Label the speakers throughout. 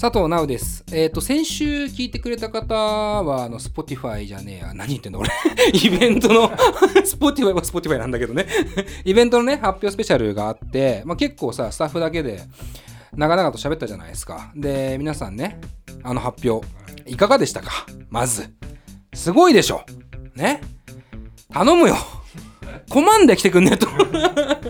Speaker 1: 佐藤直です。えっ、と、先週聞いてくれた方は、あの、Spotify じゃねえや。何言ってんだ、俺。 イベントの、Spotify は Spotify なんだけどね。 イベントのね、発表スペシャルがあって、まあ、結構さ、スタッフだけで、長々と喋ったじゃないですか。で、皆さんね、あの発表、いかがでしたかまず。すごいでしょ。ね。頼むよ。コマンで来てくんねえと。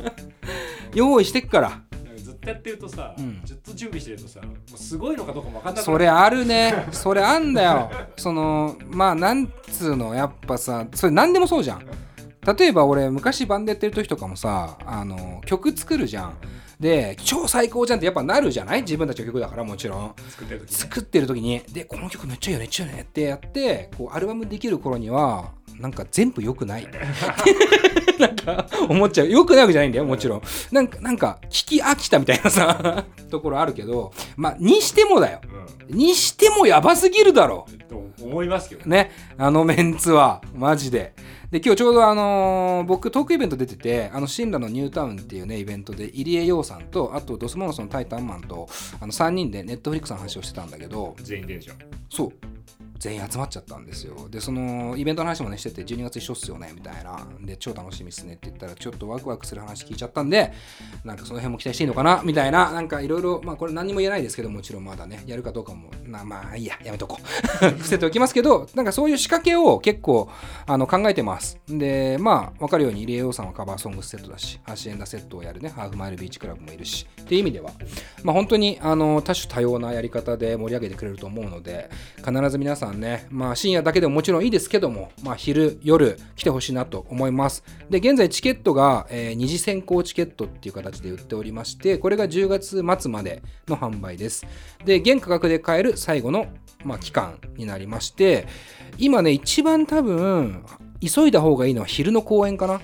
Speaker 1: 用意してっから。
Speaker 2: なんかずっとやってるとさ、
Speaker 1: うん
Speaker 2: ずっと準備してるとさ、もうすごいのかどうかも分かんなく
Speaker 1: そ
Speaker 2: なる
Speaker 1: れあるねそれあんだよそのまあなんつうのやっぱさそれ何でもそうじゃん例えば俺昔バンドやってる時とかもさあの曲作るじゃんで超最高じゃんってやっぱなるじゃない自分たちの曲だからもちろん
Speaker 2: 作ってる時ね
Speaker 1: 作ってる時にでこの曲めっちゃいいよねめっちゃいいよねってやってこうアルバムできる頃にはなんか全部良くない なんか思っちゃう良くないわけじゃないんだよもちろんなんかなんか聞き飽きたみたいなさところあるけどまあにしてもだよにしてもやばすぎるだろ
Speaker 2: うん、と思いますけどね
Speaker 1: ねあのメンツはマジでで今日ちょうどあのー僕トークイベント出ててあのシンラのニュータウンっていうねイベントで入江洋さんとあとドスモノスのタイタンマンとあの3人でネットフリックスの話をしてたんだけど
Speaker 2: 全員出るじゃん
Speaker 1: そう全員集まっちゃったんですよでそのイベントの話もねしてて12月一緒っすよねみたいなで超楽しみっすねって言ったらちょっとワクワクする話聞いちゃったんでなんかその辺も期待していいのかなみたいななんかいろいろまあこれ何にも言えないですけどもちろんまだねやるかどうかもなまあいいややめとこう 伏せておきますけどなんかそういう仕掛けを結構あの考えてますでまあ分かるように入江洋さんはカバーソングスセットだしハシエンダセットをやるねハーフマイルビーチクラブもいるしっていう意味ではまあ、本当にあの多種多様なやり方で盛り上げてくれると思うので必ず皆さんね、まあ、深夜だけでももちろんいいですけども、まあ、昼夜来てほしいなと思いますで現在チケットが、えー二次選考チケットっていう形で売っておりましてこれが10月末までの販売ですで現価格で買える最後の、まあ、期間になりまして今ね一番多分急いだ方がいいのは昼の公演かな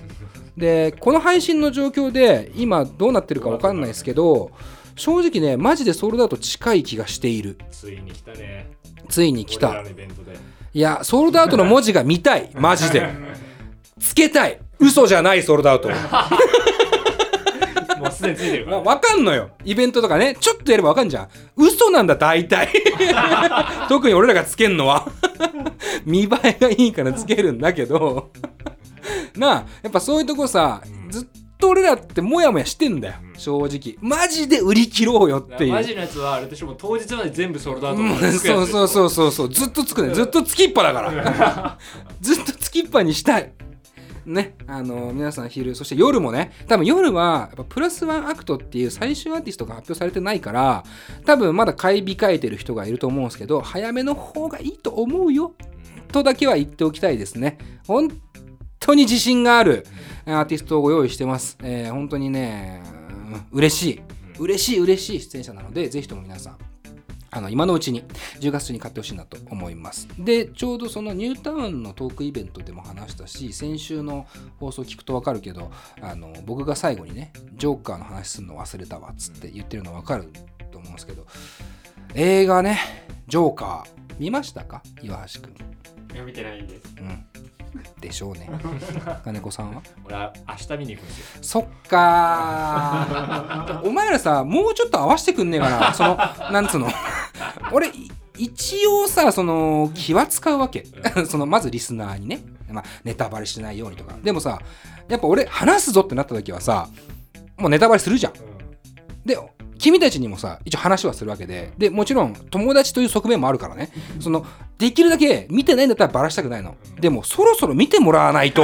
Speaker 1: でこの配信の状況で今どうなってるか分かんないですけど正直ねマジでソールドアウト近い気がしている
Speaker 2: ついに来たね
Speaker 1: ついに来
Speaker 2: 俺ら
Speaker 1: た
Speaker 2: のイベントで
Speaker 1: いやソールドアウトの文字が見 たいマジでつけたい嘘じゃないソールドアウト
Speaker 2: もうすでについてるか
Speaker 1: わ
Speaker 2: ら、
Speaker 1: わかんのよイベントとかねちょっとやればわかんじゃん嘘なんだ大 体特に俺らがつけんのは 見栄えがいいからつけるんだけどなあやっぱそういうとこさずっと俺らってモヤモヤしてんだよ正直マジで売り切ろうよっていう
Speaker 2: マジのやつはあれでしょもう当日まで全部ソールドアウト
Speaker 1: うんそうそうそうそうそうずっとつくねずっとつきっぱだからずっとつきっぱにしたいねあの皆さん昼そして夜もね多分夜はやっぱプラスワンアクトっていう最終アーティストが発表されてないから多分まだ買い控えてる人がいると思うんですけど早めの方がいいと思うよとだけは言っておきたいですね本当に自信があるアーティストをご用意してます、えー本当にねうん嬉しい嬉しい嬉しい出演者なのでぜひとも皆さんあの今のうちに10月中に買ってほしいなと思います。で、ちょうどそのニュータウンのトークイベントでも話したし、先週の放送聞くとわかるけど、あの僕が最後にね、ジョーカーの話するの忘れたわっつって言ってるのわかると思うんですけど、映画ね、ジョーカー、見ましたか岩橋くん。
Speaker 2: いや見てないんです
Speaker 1: うん。でしょうね。金子さんは
Speaker 2: 俺は明日見に行くんですよ
Speaker 1: そっかーお前らさもうちょっと合わせてくんねえかなそのなんつうの俺い一応さその気は使うわけそのまずリスナーにね、まあ、ネタバレしないようにとかでもさやっぱ俺話すぞってなった時はさもうネタバレするじゃんで君たちにもさ一応話はするわけででもちろん友達という側面もあるからねそのできるだけ見てないんだったらバラしたくないのでもそろそろ見てもらわないと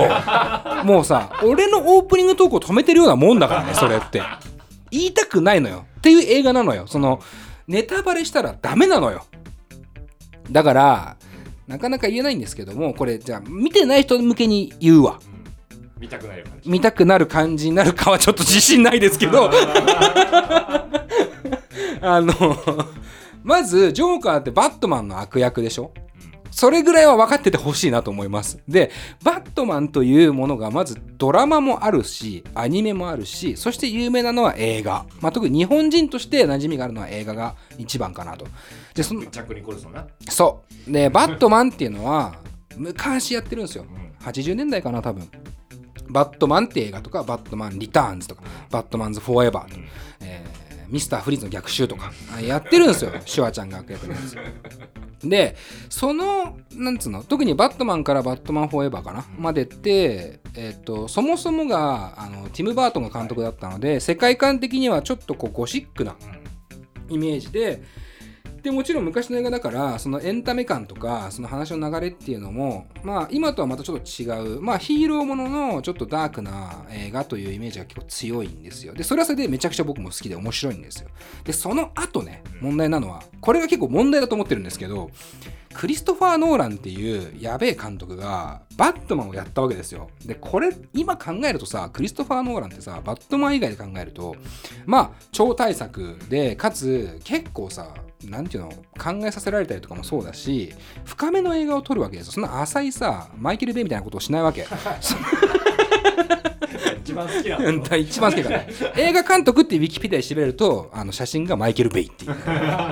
Speaker 1: もうさ俺のオープニングトークを止めてるようなもんだからねそれって言いたくないのよっていう映画なのよそのネタバレしたらダメなのよだからなかなか言えないんですけどもこれじゃあ見てない人向けに言うわ
Speaker 2: うん、見たくないよ感じ
Speaker 1: 見たくなる感じになるかはちょっと自信ないですけど あのまずジョーカーってバットマンの悪役でしょそれぐらいは分かっててほしいなと思います。で、バットマンというものがまずドラマもあるし、アニメもあるし、そして有名なのは映画。まあ、特に日本人として馴染みがあるのは映画が一番かなと。で、その、
Speaker 2: チャック・ニコルソンな
Speaker 1: そう。で、バットマンっていうのは、昔やってるんですよ。
Speaker 2: ん
Speaker 1: 80年代かな、多分。バットマンって映画とか、バットマンリターンズとか、バットマンズフォーエバーとか、えーミスターフリーズの逆襲とか、あやってるんですよ、シュワちゃんが悪役のやつ。で、その、なんつうの、特にバットマンからバットマンフォーエバーかな、までって、えっと、そもそもが、あの、ティム・バートンが監督だったので、世界観的にはちょっとこう、ゴシックなイメージで、でもちろん昔の映画だからそのエンタメ感とかその話の流れっていうのもまあ今とはまたちょっと違うまあヒーローもののちょっとダークな映画というイメージが結構強いんですよでそれはそれでめちゃくちゃ僕も好きで面白いんですよでその後ね問題なのはこれが結構問題だと思ってるんですけどクリストファー・ノーランっていうやべえ監督がバットマンをやったわけですよでこれ今考えるとさクリストファー・ノーランってさバットマン以外で考えるとまあ超大作でかつ結構さなんていうの考えさせられたりとかもそうだし深めの映画を撮るわけですよそんな浅いさマイケル・ベイみたいなことをしないわけ
Speaker 2: 一番好きなの
Speaker 1: うん一番好きだから映画監督ってウィキペディアで調べるとあの写真がマイケル・ベイっていう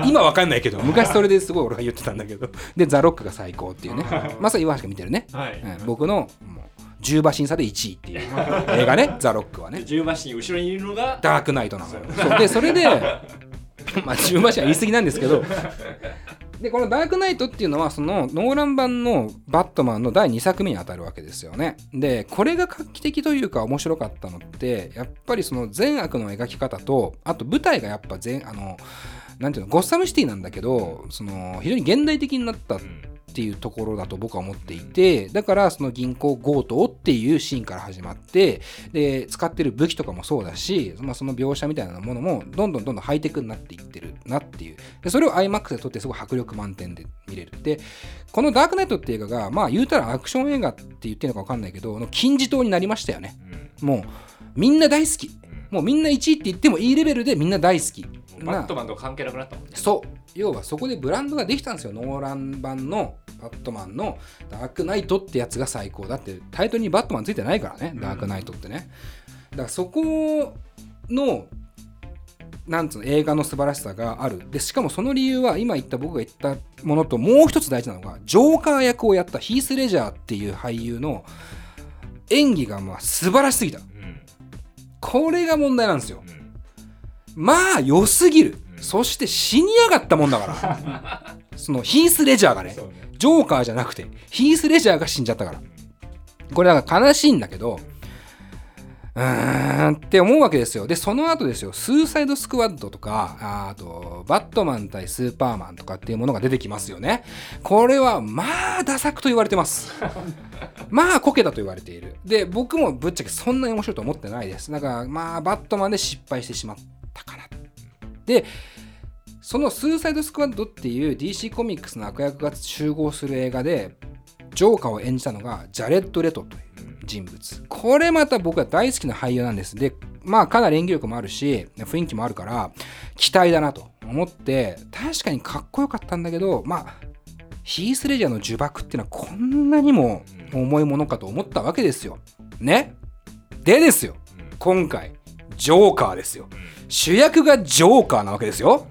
Speaker 1: 今わかんないけど昔それですごい俺は言ってたんだけどでザ・ロックが最高っていうねまさに岩橋が見てるね、
Speaker 2: はい、
Speaker 1: うん僕のもう10馬身差で1位っていう映画ねザ・ロックはね
Speaker 2: で十馬身後ろにいるのが
Speaker 1: ダークナイトなのよ。そうでそれでまあ自分は言い過ぎなんですけどでこの「ダークナイト」っていうのはそのノーラン版の「バットマン」の第2作目に当たるわけですよね。でこれが画期的というか面白かったのってやっぱりその善悪の描き方とあと舞台がやっぱ善あのなんていうのゴッサムシティなんだけどその非常に現代的になった
Speaker 2: うん
Speaker 1: っていうところだと僕は思っていてだからその銀行強盗っていうシーンから始まってで使ってる武器とかもそうだし、まあ、その描写みたいなものもどんどんどんどんハイテクになっていってるなっていうでそれを iMAX で撮ってすごい迫力満点で見れるでこの「ダークナイト」って映画がまあ言うたらアクション映画って言ってるのか分かんないけどあの金字塔になりましたよね
Speaker 2: うん
Speaker 1: もうみんな大好き
Speaker 2: うん
Speaker 1: もうみんな1位って言ってもいいレベルでみんな大好き
Speaker 2: もうバットマンと関係なくなったもんね
Speaker 1: そう要はそこでブランドができたんですよノーラン版のバットマンのダークナイトってやつが最高だってタイトルにバットマンついてないからね
Speaker 2: うん
Speaker 1: ダークナイトってねだからそこのなんつうの映画の素晴らしさがあるでしかもその理由は今言った僕が言ったものともう一つ大事なのがジョーカー役をやったヒース・レジャーっていう俳優の演技がまあ素晴らしすぎた
Speaker 2: うん
Speaker 1: これが問題なんですよ
Speaker 2: うん
Speaker 1: まあ良すぎる、
Speaker 2: うん
Speaker 1: そして死にやがったもんだから そのヒース・レジャーがね
Speaker 2: そうね
Speaker 1: ジョーカーじゃなくてヒース・レジャーが死んじゃったからこれだから悲しいんだけどうーんって思うわけですよでその後ですよスーサイド・スクワッドとかああとバットマン対スーパーマンとかっていうものが出てきますよねこれはまあダサ作と言われて ますまあ、こけたと言われている。で、僕もぶっちゃけそんなに面白いと思ってないです。だから、まあ、バットマンで失敗してしまったから。で、そのスーサイドスクワッドっていう DC コミックスの悪役が集合する映画で、ジョーカーを演じたのがジャレッド・レトという人物。これまた僕は大好きな俳優なんです。で、まあ、かなり演技力もあるし、雰囲気もあるから、期待だなと思って、確かにかっこよかったんだけど、まあ、ヒース・レジャーの呪縛っていうのはこんなにも重いものかと思ったわけですよ。ねでですよ、今回、ジョーカーですよ。主役がジョーカーなわけですよ。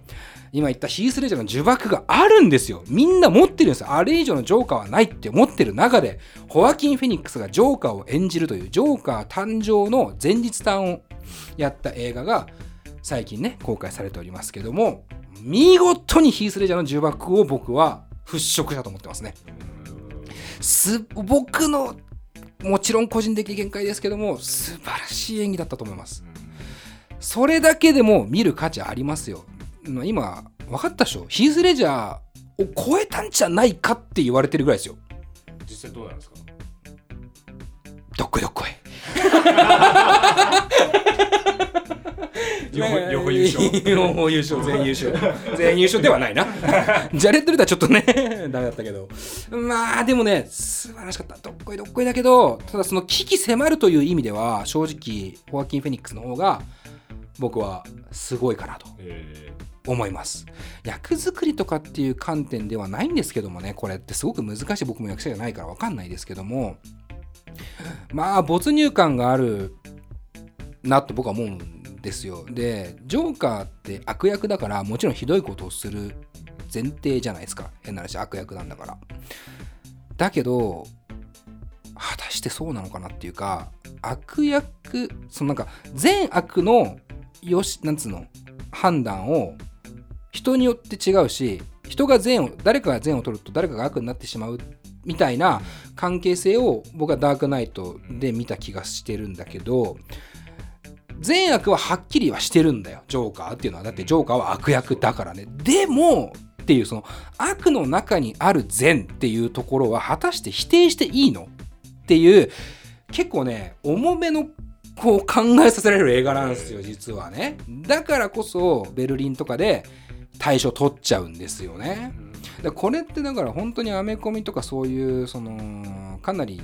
Speaker 1: 今言ったヒース・レジャーの呪縛があるんですよ。みんな持ってるんですよ。あれ以上のジョーカーはないって思ってる中で、ホアキン・フェニックスがジョーカーを演じるという、ジョーカー誕生の前日談をやった映画が、最近ね、公開されておりますけども、見事にヒース・レジャーの呪縛を僕は払拭したと思ってますね。す僕のもちろん個人的見解ですけども素晴らしい演技だったと思いますそれだけでも見る価値ありますようん今分かったでしょヒース・レジャーを超えたんじゃないかって言われてるぐらいですよ
Speaker 2: 実際どうなんですか
Speaker 1: どっこい どっこい
Speaker 2: 両方両方優 勝
Speaker 1: 両方優勝全員優勝全員優勝ではない なジャレット・レターちょっとね ダメだったけどまあでもね素晴らしかったどっこいどっこいだけどただその危機迫るという意味では正直ホアキン・フェニックスの方が僕はすごいかなと
Speaker 2: え
Speaker 1: 思います役作りとかっていう観点ではないんですけどもねこれってすごく難しい僕も役者じゃないから分かんないですけどもまあ没入感があるなと僕は思うんですよでジョーカーって悪役だからもちろんひどいことをする前提じゃないですか変な話悪役なんだからだけど果たしてそうなのかなっていうか悪役そのなんか善悪のよしなんつうの判断を人によって違うし人が善を誰かが善を取ると誰かが悪になってしまうみたいな関係性を僕はダークナイトで見た気がしてるんだけど善悪ははっきりはしてるんだよジョーカーっていうのはだってジョーカーは悪役だからねでもっていうその悪の中にある善っていうところは果たして否定していいのっていう結構ね重めのこう考えさせられる映画なんですよ実はねだからこそベルリンとかで大賞取っちゃうんですよねだからこれってだから本当にアメコミとかそういうそのかなり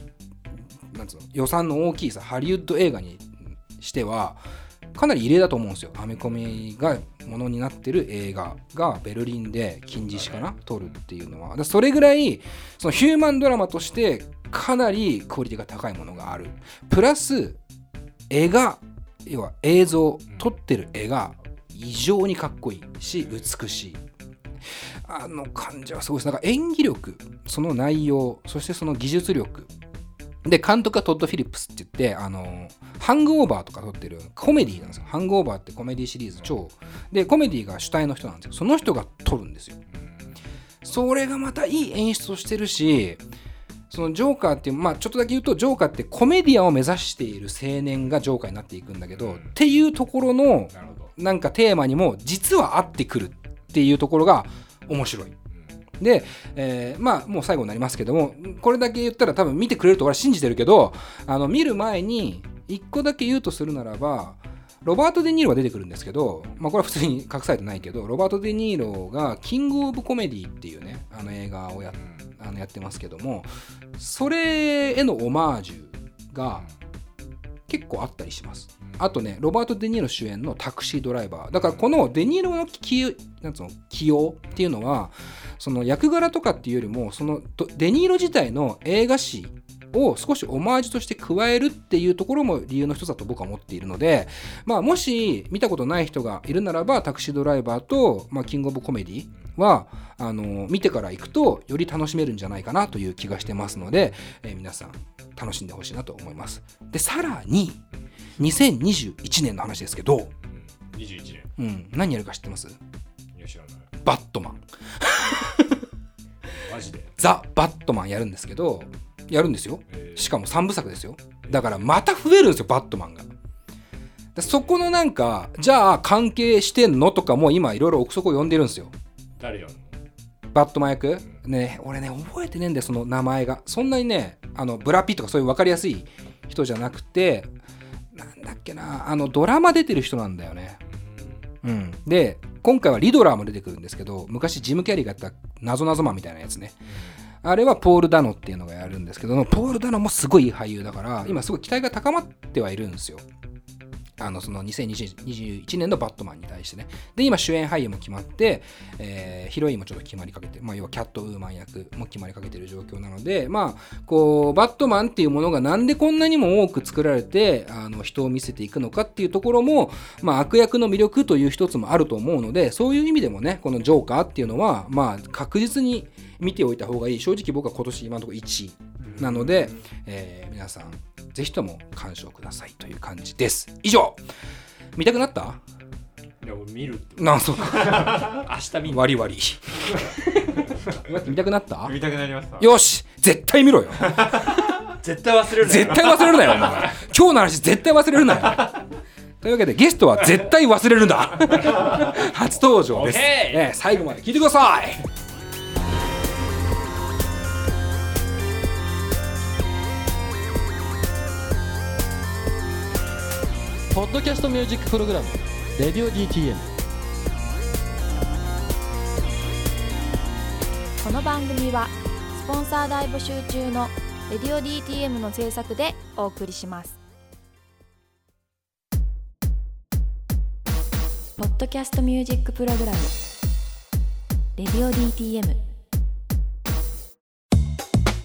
Speaker 1: なんつうの予算の大きいさハリウッド映画にしてはかなり異例だと思うんですよアメコミがものになってる映画がベルリンで金獅子かな撮るっていうのはだからそれぐらいそのヒューマンドラマとしてかなりクオリティが高いものがあるプラス絵が要は映像撮ってる絵が異常にかっこいいし美しいあの感じはすごいですなんか演技力その内容そしてその技術力で監督はトッド・フィリップスって言ってあのハングオーバーとか撮ってるコメディなんですよハングオーバーってコメディシリーズ超でコメディが主体の人なんですよその人が撮るんですよそれがまたいい演出をしてるしそのジョーカーっていう、まあ、ちょっとだけ言うとジョーカーってコメディアンを目指している青年がジョーカーになっていくんだけど、
Speaker 2: うん
Speaker 1: っていうところの
Speaker 2: なるほど。
Speaker 1: なんかテーマにも実は合ってくるっていうところが面白い。で、えーまあもう最後になりますけどもこれだけ言ったら多分見てくれると俺は信じてるけどあの見る前に一個だけ言うとするならばロバート・デ・ニーロが出てくるんですけど、まあ、これは普通に隠されてないけどロバート・デ・ニーロが「キング・オブ・コメディ」っていうねあの映画をやっ
Speaker 2: うん
Speaker 1: あのやってますけどもそれへのオマージュが結構あったりしますあとねロバート・デ・ニーロ主演のタクシードライバーだからこのデ・ニーロの起なんつうの起用っていうのはその役柄とかっていうよりもそのどデ・ニーロ自体の映画史を少しオマージュとして加えるっていうところも理由の一つだと僕は思っているので、まあ、もし見たことない人がいるならばタクシードライバーと、まあ、キングオブコメディはあの見てから行くとより楽しめるんじゃないかなという気がしてますので、えー皆さん楽しんでほしいなと思います。でさらに2021年の話ですけど、
Speaker 2: うん21年。
Speaker 1: うん、何やるか知ってます
Speaker 2: いや知らない。
Speaker 1: バットマン
Speaker 2: マジで。
Speaker 1: ザ・バットマンやるんですけどやるんですよ
Speaker 2: えー
Speaker 1: しかも3部作ですよだからまた増えるんですよバットマンがでそこのなんかじゃあ関係してんのとかも今いろいろ憶測を呼んでるんですよ
Speaker 2: 誰やんの
Speaker 1: バットマン役ね俺ね覚えてねえんだよその名前がそんなにねあのブラピとかそういう分かりやすい人じゃなくてなんだっけなあのドラマ出てる人なんだよねうん、で今回はリドラーも出てくるんですけど昔ジム・キャリーがやったなぞなぞマンみたいなやつねあれはポール・ダノっていうのがやるんですけどポール・ダノもすごいいい俳優だから今すごい期待が高まってはいるんですよあのその2021年のバットマンに対してねで今主演俳優も決まって、えーヒロインもちょっと決まりかけて、まあ、要はキャットウーマン役も決まりかけてる状況なのでまあこうバットマンっていうものがなんでこんなにも多く作られてあの人を見せていくのかっていうところも、まあ、悪役の魅力という一つもあると思うのでそういう意味でもねこのジョーカーっていうのは、まあ、確実に見ておいた方がいい正直僕は今年今のところ1位なので、えー皆さんぜひとも鑑賞くださいという感じです以上見たくなった
Speaker 2: いや、俺見るって。
Speaker 1: なんそう
Speaker 2: 明日見
Speaker 1: 割り割り見たくなった
Speaker 3: 見たくなりました。
Speaker 1: よし絶対見ろよ
Speaker 2: 絶対忘れるなよ
Speaker 1: 絶対忘れるなよお前今日の話絶対忘れるなよというわけでゲストは絶対忘れるな初登場です、
Speaker 2: オッケー
Speaker 1: ええ最後まで聞いてください
Speaker 4: ポッドキャストミュージックプログラム「レディオ DTM」
Speaker 5: この番組はスポンサー大募集中の「レディオ DTM」の制作でお送りしますポッドキャストミュージックプログラム「レディオ DTM」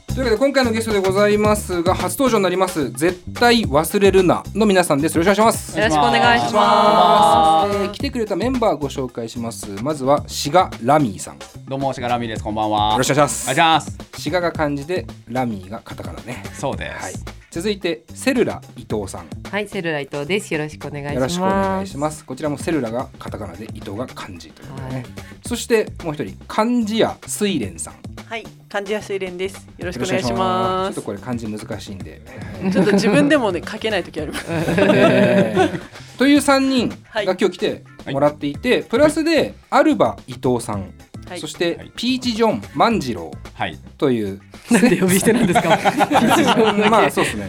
Speaker 1: とというわけで今回のゲストでございますが初登場になります「絶対忘れるな」の皆さんですよろしくお願いします
Speaker 3: よろしくお願いし
Speaker 1: え
Speaker 3: ま
Speaker 1: ー来てくれたメンバーご紹介しますまずは志賀ラミーさんよ
Speaker 2: どうも、しがらみです。こんばんは。
Speaker 1: ろしくお願いし
Speaker 2: お願
Speaker 1: ま
Speaker 2: いし
Speaker 1: す
Speaker 2: ます。
Speaker 1: 志賀が漢字でラミーがカタカナね
Speaker 2: そうです。
Speaker 1: はい続いてセルラ伊藤さん
Speaker 3: す。はい、セルラ伊藤です。よろしくお願いします。
Speaker 1: よろしくお願いしますこちらもセルラがカタカナで伊藤が漢字ということでね、そしてもう一人漢字屋睡蓮さん
Speaker 6: はい、漢字やすいれんです。よろ
Speaker 1: よ
Speaker 6: しくお願い
Speaker 1: ろし
Speaker 6: しま
Speaker 1: くお願いしちょっと
Speaker 6: す。
Speaker 1: これ漢字難しいん で、
Speaker 6: ちょっと自分でもね、書けない時あります。
Speaker 1: えーという3人
Speaker 6: はい
Speaker 1: が今日来てもらっていて、プラスでアルバ伊藤さん、
Speaker 6: はい
Speaker 1: そして、
Speaker 2: はい
Speaker 1: ピーチジョン万次郎
Speaker 2: はい。
Speaker 1: という
Speaker 3: なんで呼び捨てなんですか。
Speaker 1: まあそうですね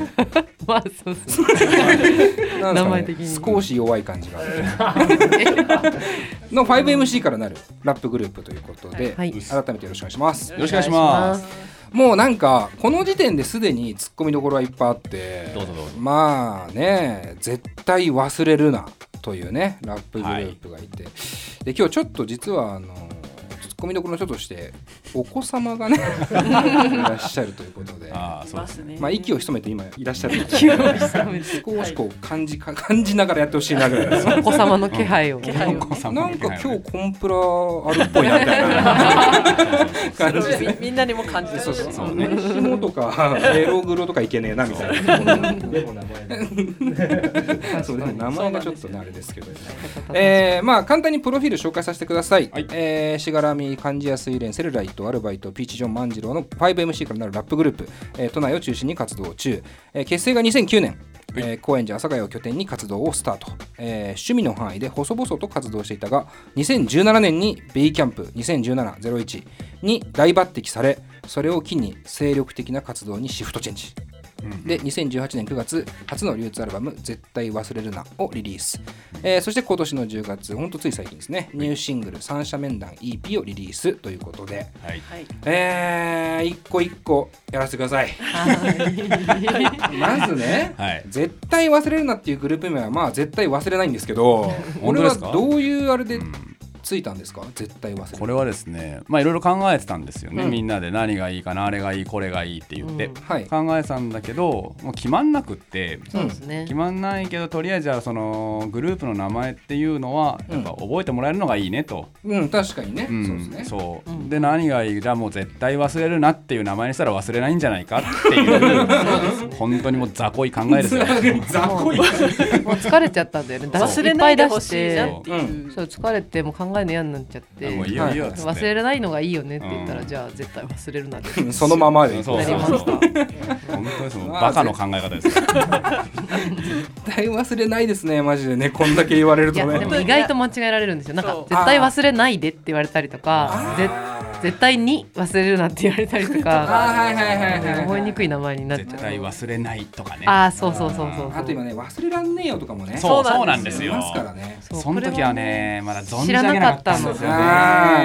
Speaker 3: まあ、そうそう。
Speaker 1: なんです
Speaker 3: 名
Speaker 1: か
Speaker 3: 前
Speaker 1: ね
Speaker 3: 的に
Speaker 1: 少し弱い感じがあるの 5MC からなるラップグループということで、
Speaker 3: は
Speaker 1: 改
Speaker 3: い
Speaker 1: めてよろしくお願いします
Speaker 2: よろしくお願いします。
Speaker 1: もうなんかこの時点ですでにツッコミどころはいっぱいあって
Speaker 2: どうぞどうぞ
Speaker 1: まあね絶対忘れるなというねラップグループがいて、で今日ちょっと実はあのツッコミどころの人としてお子様 がねいらっしゃるということで。
Speaker 2: ああ、
Speaker 6: い
Speaker 2: そう
Speaker 6: ま
Speaker 2: です
Speaker 6: すね。
Speaker 1: まあ、息を潜めて今いらっしゃるので少しこう感じか感じながらやってほしいなぐらい です
Speaker 3: お子様の気配を。
Speaker 6: 気配を
Speaker 2: お子様
Speaker 1: なん
Speaker 2: の気
Speaker 1: か
Speaker 2: 配
Speaker 1: 今
Speaker 2: を
Speaker 1: 日
Speaker 2: ね
Speaker 1: コンプラあるっぽいなみたい な感じで
Speaker 6: みみんなにも感じて
Speaker 1: そうそう
Speaker 2: そ
Speaker 1: そうう
Speaker 2: ね
Speaker 1: ね。紐とかエログロとかいけねえなみたいなところなんで。 そうね名前がちょっとねあれですけど。えーまあ簡単にプロフィール紹介させてください。
Speaker 2: はい
Speaker 1: えーしがらみ漢字や水蓮セルライトアルバイトピーチジョン万次郎の 5MC からなるラップグループ、えー都内を中心に活動中。えー結成が2009年。えー高円寺阿佐ヶ谷を拠点に活動をスタート、えー趣味の範囲で細々と活動していたが2017年に B キャンプ2017-01に大抜擢されそれを機に精力的な活動にシフトチェンジで2018年9月初の流通アルバム「絶対忘れるな」をリリース、えーそして今年の10月ほんとつい最近ですねニューシングル「三者面談 EP」をリリースということで
Speaker 2: はい。
Speaker 6: はい。
Speaker 1: えー、一個一個やらせてください まずね、
Speaker 2: はい
Speaker 1: 絶対忘れるなっていうグループ名はまあ絶対忘れないんですけどこ
Speaker 2: 本
Speaker 1: れ
Speaker 2: 当で
Speaker 1: は
Speaker 2: すか
Speaker 1: どういうあれでついたんですか絶対忘れ
Speaker 2: こ
Speaker 1: る
Speaker 2: れはですね、まあいろいろ考えてたんですよね、
Speaker 1: うん
Speaker 2: みんなで何がいいかな、あれがいい、これがいいって言って、
Speaker 3: うん
Speaker 1: はい
Speaker 2: 考えてたんだけど、もう決まんなくって、
Speaker 3: そうですね
Speaker 2: 決。まんないけどとりあえずじゃあそのグループの名前っていうのは
Speaker 1: う
Speaker 2: や
Speaker 1: ん
Speaker 2: っぱ覚えてもらえるのがいいねと、
Speaker 1: うん確かにね、
Speaker 2: ん
Speaker 1: そうですね
Speaker 2: そうで何がいいじゃあもう絶対忘れるなっていう名前にしたら忘れないんじゃないかって いう本当にもう雑魚い考えですよ
Speaker 1: 雑魚い
Speaker 3: もう疲れちゃったんだよね。出し
Speaker 6: 忘れ
Speaker 3: っぱ
Speaker 6: ない
Speaker 3: い
Speaker 6: で
Speaker 3: 出
Speaker 6: ほ
Speaker 3: し
Speaker 6: しい
Speaker 3: て
Speaker 6: なっていう。
Speaker 3: そう疲れてもう考えの嫌になっちゃって
Speaker 2: あもういいよいいよっつって
Speaker 3: 忘れないのがいいよねって言ったら、
Speaker 2: うん
Speaker 3: じゃあ絶対忘れるなって
Speaker 1: うんそのままで
Speaker 2: そ
Speaker 1: いう
Speaker 2: そう
Speaker 1: 絶
Speaker 2: そう本当ですもうバカの考え方ですよ
Speaker 1: 対忘れないですねマジでねこんだけ言われる
Speaker 3: い
Speaker 1: と
Speaker 3: やで
Speaker 1: ね
Speaker 3: も意外と間違えられるんですよなんか
Speaker 6: そう
Speaker 3: 絶対忘れないでって言われたりとかぜ絶対に忘れるなって言われたりと
Speaker 1: あー
Speaker 3: か
Speaker 1: はいはいはいはい、はい、
Speaker 3: 覚えにくい名前になっち
Speaker 2: 絶
Speaker 3: ゃ
Speaker 2: 対
Speaker 3: う
Speaker 2: 忘れないとかね
Speaker 3: ああそうそうそうそう
Speaker 1: あと今ね忘れらんねえよとかもね
Speaker 2: そう
Speaker 6: そ
Speaker 2: そうう
Speaker 6: な
Speaker 2: なんん
Speaker 6: で
Speaker 2: ですす
Speaker 6: よ
Speaker 2: よ
Speaker 1: ますからね
Speaker 3: そう
Speaker 2: その時はねまだ存じ上げなかったんですよ
Speaker 1: あ
Speaker 2: ね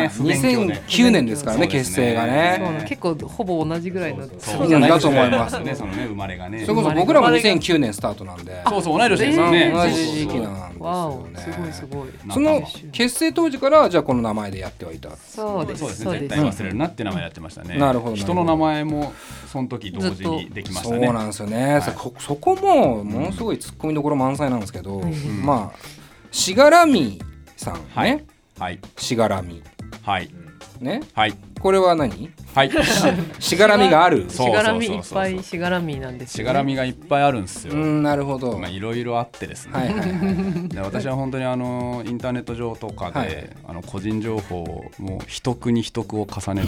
Speaker 1: あ
Speaker 2: 不勉強で
Speaker 1: 2009年ですからね
Speaker 2: そうで
Speaker 1: 結
Speaker 2: すね
Speaker 1: 成が
Speaker 3: そうなの
Speaker 1: ね
Speaker 3: 結構ほぼ同じぐらいの
Speaker 1: そうなんだと思います
Speaker 2: ねそのね生まれがね
Speaker 1: それこそ僕らも2009年スタートなんで
Speaker 2: そうそう同い年ですよね
Speaker 1: ね同じ時期なんです
Speaker 3: わ
Speaker 1: よ
Speaker 3: おすごいす
Speaker 1: ね
Speaker 3: ごい
Speaker 1: その結成当時からじゃあこの名前でやってはいた
Speaker 3: そうです
Speaker 2: そうです
Speaker 3: そ
Speaker 2: ね
Speaker 3: う
Speaker 2: 絶
Speaker 3: です
Speaker 2: 対忘れるなって名前やってましたね、
Speaker 1: なるほど
Speaker 2: 人の名前もその時同時にできまし
Speaker 1: そ
Speaker 2: た
Speaker 1: う
Speaker 2: ね
Speaker 1: なんですよねさこそこもものすごいツッコミどころ満載なんですけどまあしがらみさんね
Speaker 2: はい
Speaker 1: しがらみ
Speaker 2: はい
Speaker 1: ね
Speaker 2: はい
Speaker 1: これは何
Speaker 2: はい
Speaker 1: しがらみがある
Speaker 2: そう
Speaker 3: しがらみいっ
Speaker 2: そうそう
Speaker 3: ぱ
Speaker 2: そう
Speaker 3: いしがらみなんです
Speaker 2: し
Speaker 3: よ
Speaker 2: がらみがいっぱいあるんですよ、
Speaker 1: うんなるほど
Speaker 2: まあ
Speaker 1: はい
Speaker 2: いろいろあってですね、
Speaker 1: はいはい
Speaker 2: で私は本当にあのインターネット上とかで、
Speaker 1: はい
Speaker 2: あの個人情報をもう一句に一句を重ね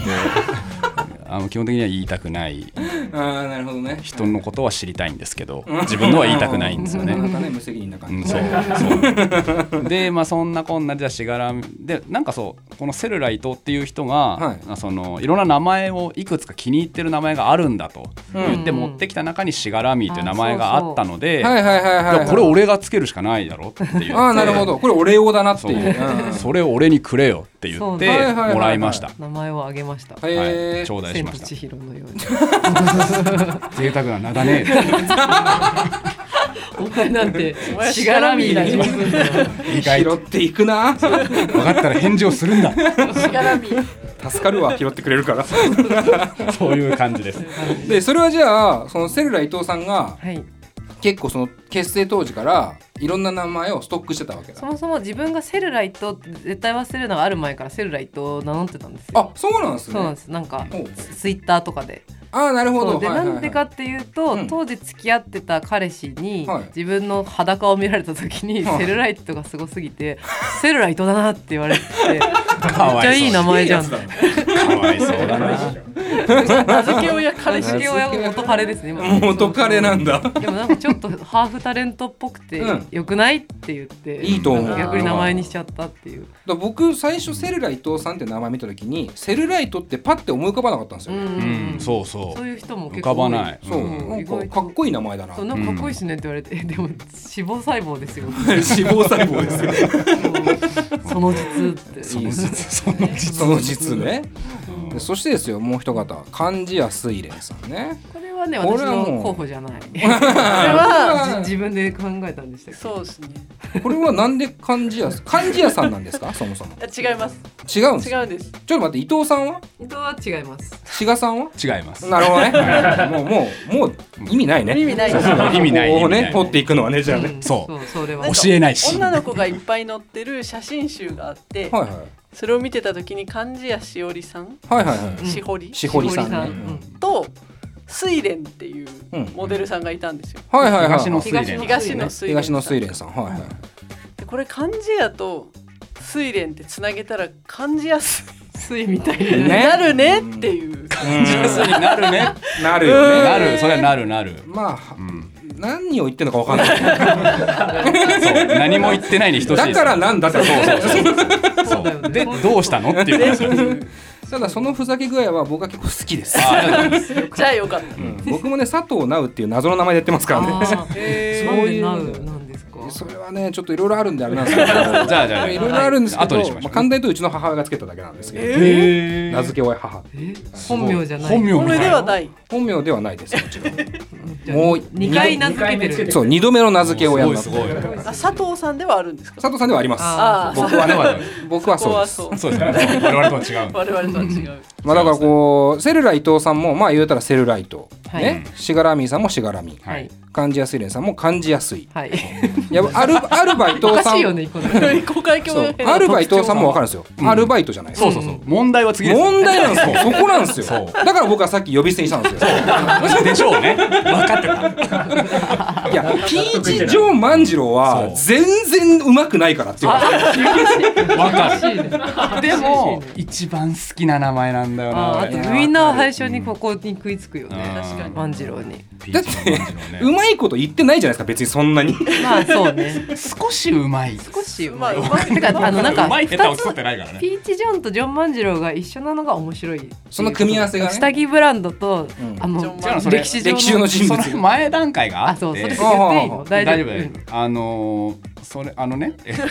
Speaker 2: てあの基本的には言いたくない
Speaker 1: ああなるほどね
Speaker 2: 人のことは知りたいんですけど自分のは言いたくないんですよね
Speaker 1: なかなかね無責任な感
Speaker 2: う
Speaker 1: じ、
Speaker 2: ん、そうそう でまあそんなこんなでじゃあしがらみでなんかそうこのセルラ伊藤っていう人が、
Speaker 1: はい
Speaker 2: まあそのいろんな名前をいくつか気に入ってる名前があるんだと言って
Speaker 3: うん
Speaker 2: 持ってきた中にしがらみという名前があったので、
Speaker 1: はいはいはいはい
Speaker 2: いやこれ俺がつけるしかないだろって言って
Speaker 1: ああなるほどこれお礼をだなって
Speaker 2: そう
Speaker 1: いううん
Speaker 2: それを俺にくれよって言って
Speaker 1: そうなんだ
Speaker 2: もらいました。
Speaker 3: 名前をあげました
Speaker 1: はい
Speaker 2: は
Speaker 1: へ
Speaker 2: い、頂
Speaker 1: ー
Speaker 2: 戴し
Speaker 3: 千
Speaker 2: ま
Speaker 3: と
Speaker 2: した。
Speaker 3: 千尋のように
Speaker 2: 贅沢な名だね。
Speaker 3: お前なんて
Speaker 6: 前
Speaker 3: しがらみだよ
Speaker 2: 意外
Speaker 1: 拾
Speaker 2: と
Speaker 1: っていくな
Speaker 2: 分かったら返事をするんだ。
Speaker 6: しがらみ。
Speaker 1: 助かるわ拾ってくれるから
Speaker 2: そういう感じです。
Speaker 1: でそれはじゃあそのセルラ伊藤さんが
Speaker 3: はい、
Speaker 1: 結構その結成当時からいろんな名前をストックしてたわけだ
Speaker 3: そもそも自分がセルライトって絶対忘れるのがある前からセルライトを名乗ってたんですよ
Speaker 1: あそうなんです
Speaker 3: そうなん
Speaker 1: ね
Speaker 3: ですなんか
Speaker 1: お
Speaker 3: ツイッターとかで
Speaker 1: ああなるほ
Speaker 3: そ
Speaker 1: ど
Speaker 3: うで
Speaker 1: はいはいはい
Speaker 3: なんでかっていうと、
Speaker 1: うん
Speaker 3: 当時付き合ってた彼氏に、
Speaker 1: はい
Speaker 3: 自分の裸を見られた時に、
Speaker 1: はい
Speaker 3: セルライトがすごすぎて「セルライトだな」って言 われてめっ
Speaker 2: かわ
Speaker 3: ちゃいい名前じゃん
Speaker 1: いいや
Speaker 2: かわいそうだな。
Speaker 6: 名付け親
Speaker 1: 名
Speaker 6: 彼氏
Speaker 1: 付け
Speaker 3: 父親は元彼ですね今
Speaker 1: 元彼なんだ
Speaker 3: でもなんかちょっとハーフタレントっぽくて
Speaker 1: うん
Speaker 3: 良くないって言って
Speaker 1: いいと思う
Speaker 3: なんか逆に名前にしちゃったっていう
Speaker 1: だから僕最初セルラ伊藤さんって名前見た時にセルライトってパッて思い浮かばなかったんです
Speaker 3: う
Speaker 1: よ、ね
Speaker 2: うん
Speaker 3: ん、
Speaker 2: そうそ
Speaker 3: そう
Speaker 2: う。
Speaker 3: いう人も
Speaker 2: 浮
Speaker 3: 結
Speaker 2: か
Speaker 3: 構
Speaker 2: ば
Speaker 3: 多い
Speaker 2: ない。
Speaker 1: そう、
Speaker 3: うん
Speaker 1: なん
Speaker 3: 意
Speaker 1: か
Speaker 3: 外と
Speaker 1: かっこいい名前だな
Speaker 3: そう
Speaker 1: 脂
Speaker 3: なんかかっこいいですねって言われて、えでも脂肪細 胞ですよ
Speaker 1: 肪細胞ですよ
Speaker 3: その実って
Speaker 1: その実
Speaker 2: その
Speaker 1: その実ね、でそしてですよもう一方貫地谷水蓮さんね
Speaker 3: これはね
Speaker 1: こ
Speaker 3: 私
Speaker 1: れはもう
Speaker 3: の候補じ ゃないこれはじ自分で考えたんでしたっけ
Speaker 6: そうですね
Speaker 1: これはなんで貫地谷貫地谷さんなんですかそもそも
Speaker 6: あ違います
Speaker 1: 違うんです
Speaker 6: 違うんです
Speaker 1: ちょっと待って伊藤さんは
Speaker 3: 伊藤は違います
Speaker 1: 志賀さんは
Speaker 2: 違います。
Speaker 1: なるほどねもうもうもう意味ない
Speaker 6: 意
Speaker 1: ね
Speaker 6: 味ないです
Speaker 2: 意味ない
Speaker 1: ここを
Speaker 2: 意味な
Speaker 1: ね
Speaker 2: い
Speaker 1: 取っていくのはねじゃあね、
Speaker 3: ん
Speaker 2: そう
Speaker 3: そうそれは
Speaker 6: なんか
Speaker 2: 教えないし
Speaker 6: 女の子がいっぱい載ってる写真集があって、
Speaker 1: はいはい
Speaker 6: それを見てた時に漢字やしおりさん、
Speaker 1: はいはいはい
Speaker 3: ん
Speaker 6: しほり
Speaker 1: しほりさんね
Speaker 3: しほり
Speaker 6: と睡蓮っていう
Speaker 1: うん
Speaker 6: モデルさんがいたんですよ、
Speaker 1: はいはいはい
Speaker 2: 東の水蓮。
Speaker 6: 東の睡蓮
Speaker 1: 東
Speaker 6: さん
Speaker 1: の睡蓮さんはいはい
Speaker 6: でこれ漢字やと睡蓮ってつなげたら漢字やす
Speaker 3: ついみたい
Speaker 1: ね
Speaker 3: な
Speaker 6: なるねっていう、
Speaker 2: なるね。
Speaker 1: なるよね。
Speaker 2: なる、それはなるなる。
Speaker 1: まあ、
Speaker 2: うん。
Speaker 1: 何を言ってるのか分かんない。
Speaker 2: そう、何も言ってないに等しいで
Speaker 1: だ
Speaker 2: す。
Speaker 1: からなんだってそうそうそう
Speaker 2: そう
Speaker 3: だよね
Speaker 2: で、どうしたのっていう話なんです。
Speaker 1: ただそのふざけ具合は僕は結構好きです。
Speaker 2: あありがとうございます
Speaker 6: じゃあよかっ
Speaker 1: うん僕もね佐藤直っていう謎の名前でやってますからね。
Speaker 3: あー
Speaker 1: そういう
Speaker 3: なんでなうなんですか
Speaker 1: それはねちょっといろいろあるんであれなんですけど。じゃ
Speaker 2: じゃあじゃあ
Speaker 1: いろいろあるんですけど、
Speaker 2: 後にしましょう
Speaker 1: あ簡単に言うとうちの母親がつけただけなんですけど、
Speaker 2: へー
Speaker 1: 名付け親母。
Speaker 3: え本名じゃない
Speaker 2: 本名み
Speaker 6: たこ
Speaker 2: た
Speaker 6: れ
Speaker 2: い
Speaker 6: では
Speaker 2: な。
Speaker 6: ない
Speaker 1: 本名ではないですもちろ
Speaker 3: じゃ
Speaker 1: ん。
Speaker 3: あ
Speaker 1: もう
Speaker 3: 二回名付けてる
Speaker 1: そう二度目の名付け親になっ
Speaker 2: す
Speaker 1: て
Speaker 2: ごいす
Speaker 1: 佐
Speaker 2: ごい。
Speaker 6: あ佐藤さんではあるんですか
Speaker 1: 藤さんではあります。
Speaker 3: あ
Speaker 6: ー
Speaker 1: 僕はね
Speaker 2: そう
Speaker 1: 僕はそうです。
Speaker 6: ここは
Speaker 2: そうですね。我々とは違う。
Speaker 6: 我々とは違う
Speaker 1: まあだからこうセルラ伊藤さんもまあ言うたらセルライト、
Speaker 3: はい
Speaker 1: ねしがらみさんもしがらみ
Speaker 2: はい。
Speaker 1: 感じやすいれんさんも感じやすい
Speaker 3: はい
Speaker 1: やばアルアルバイ
Speaker 3: お
Speaker 1: ト
Speaker 3: か
Speaker 1: さ
Speaker 3: し
Speaker 1: ん
Speaker 3: いよねこの
Speaker 6: そういう公開共
Speaker 1: そう
Speaker 6: 演
Speaker 1: アルバイトさんもわかるんですよ、
Speaker 2: うん
Speaker 1: アルバイトじゃないです
Speaker 2: そうそうそう。問題は次です。
Speaker 1: 問題なんですよそこなんですよ
Speaker 2: そう
Speaker 1: だから僕はさっき呼び捨てにしたんですよ
Speaker 2: でしょうね。分かってた。
Speaker 1: いやピーチ・ジョン万次郎は全然うまくないからっていう
Speaker 2: わかる。
Speaker 3: で
Speaker 2: でも
Speaker 3: も
Speaker 2: 一番好きな名前なんだよな。
Speaker 3: あーあとみんな最初にここに食いつくよね
Speaker 2: 確かに
Speaker 3: 万次郎に
Speaker 1: だってうまいこと言ってないじゃないですか別にそんなに
Speaker 3: まあそうね
Speaker 2: 少しうまい。
Speaker 3: 少しう
Speaker 6: ま
Speaker 3: ま
Speaker 6: あ
Speaker 3: いう
Speaker 6: まい
Speaker 3: てかあのなんか
Speaker 2: うまい下手を
Speaker 3: 2つ
Speaker 2: 競ってないからね。
Speaker 3: ピーチ・ジョンとジョン万次郎が一緒なのが面白い
Speaker 1: その組み合わせがね
Speaker 3: 下着ブランドと、
Speaker 1: うん
Speaker 3: あ
Speaker 6: ジョ
Speaker 3: の
Speaker 6: ン万
Speaker 2: 次郎
Speaker 3: 歴史上の
Speaker 1: 歴史上の人
Speaker 2: そ
Speaker 1: 物
Speaker 2: の前段階があ
Speaker 3: あ
Speaker 2: って
Speaker 3: そうそれ言って
Speaker 1: あ
Speaker 3: いいの大
Speaker 2: 大
Speaker 3: 丈
Speaker 2: 丈
Speaker 3: 夫
Speaker 2: 夫
Speaker 3: う
Speaker 2: 大 丈
Speaker 3: ん
Speaker 2: 夫あのーそれあのねえっと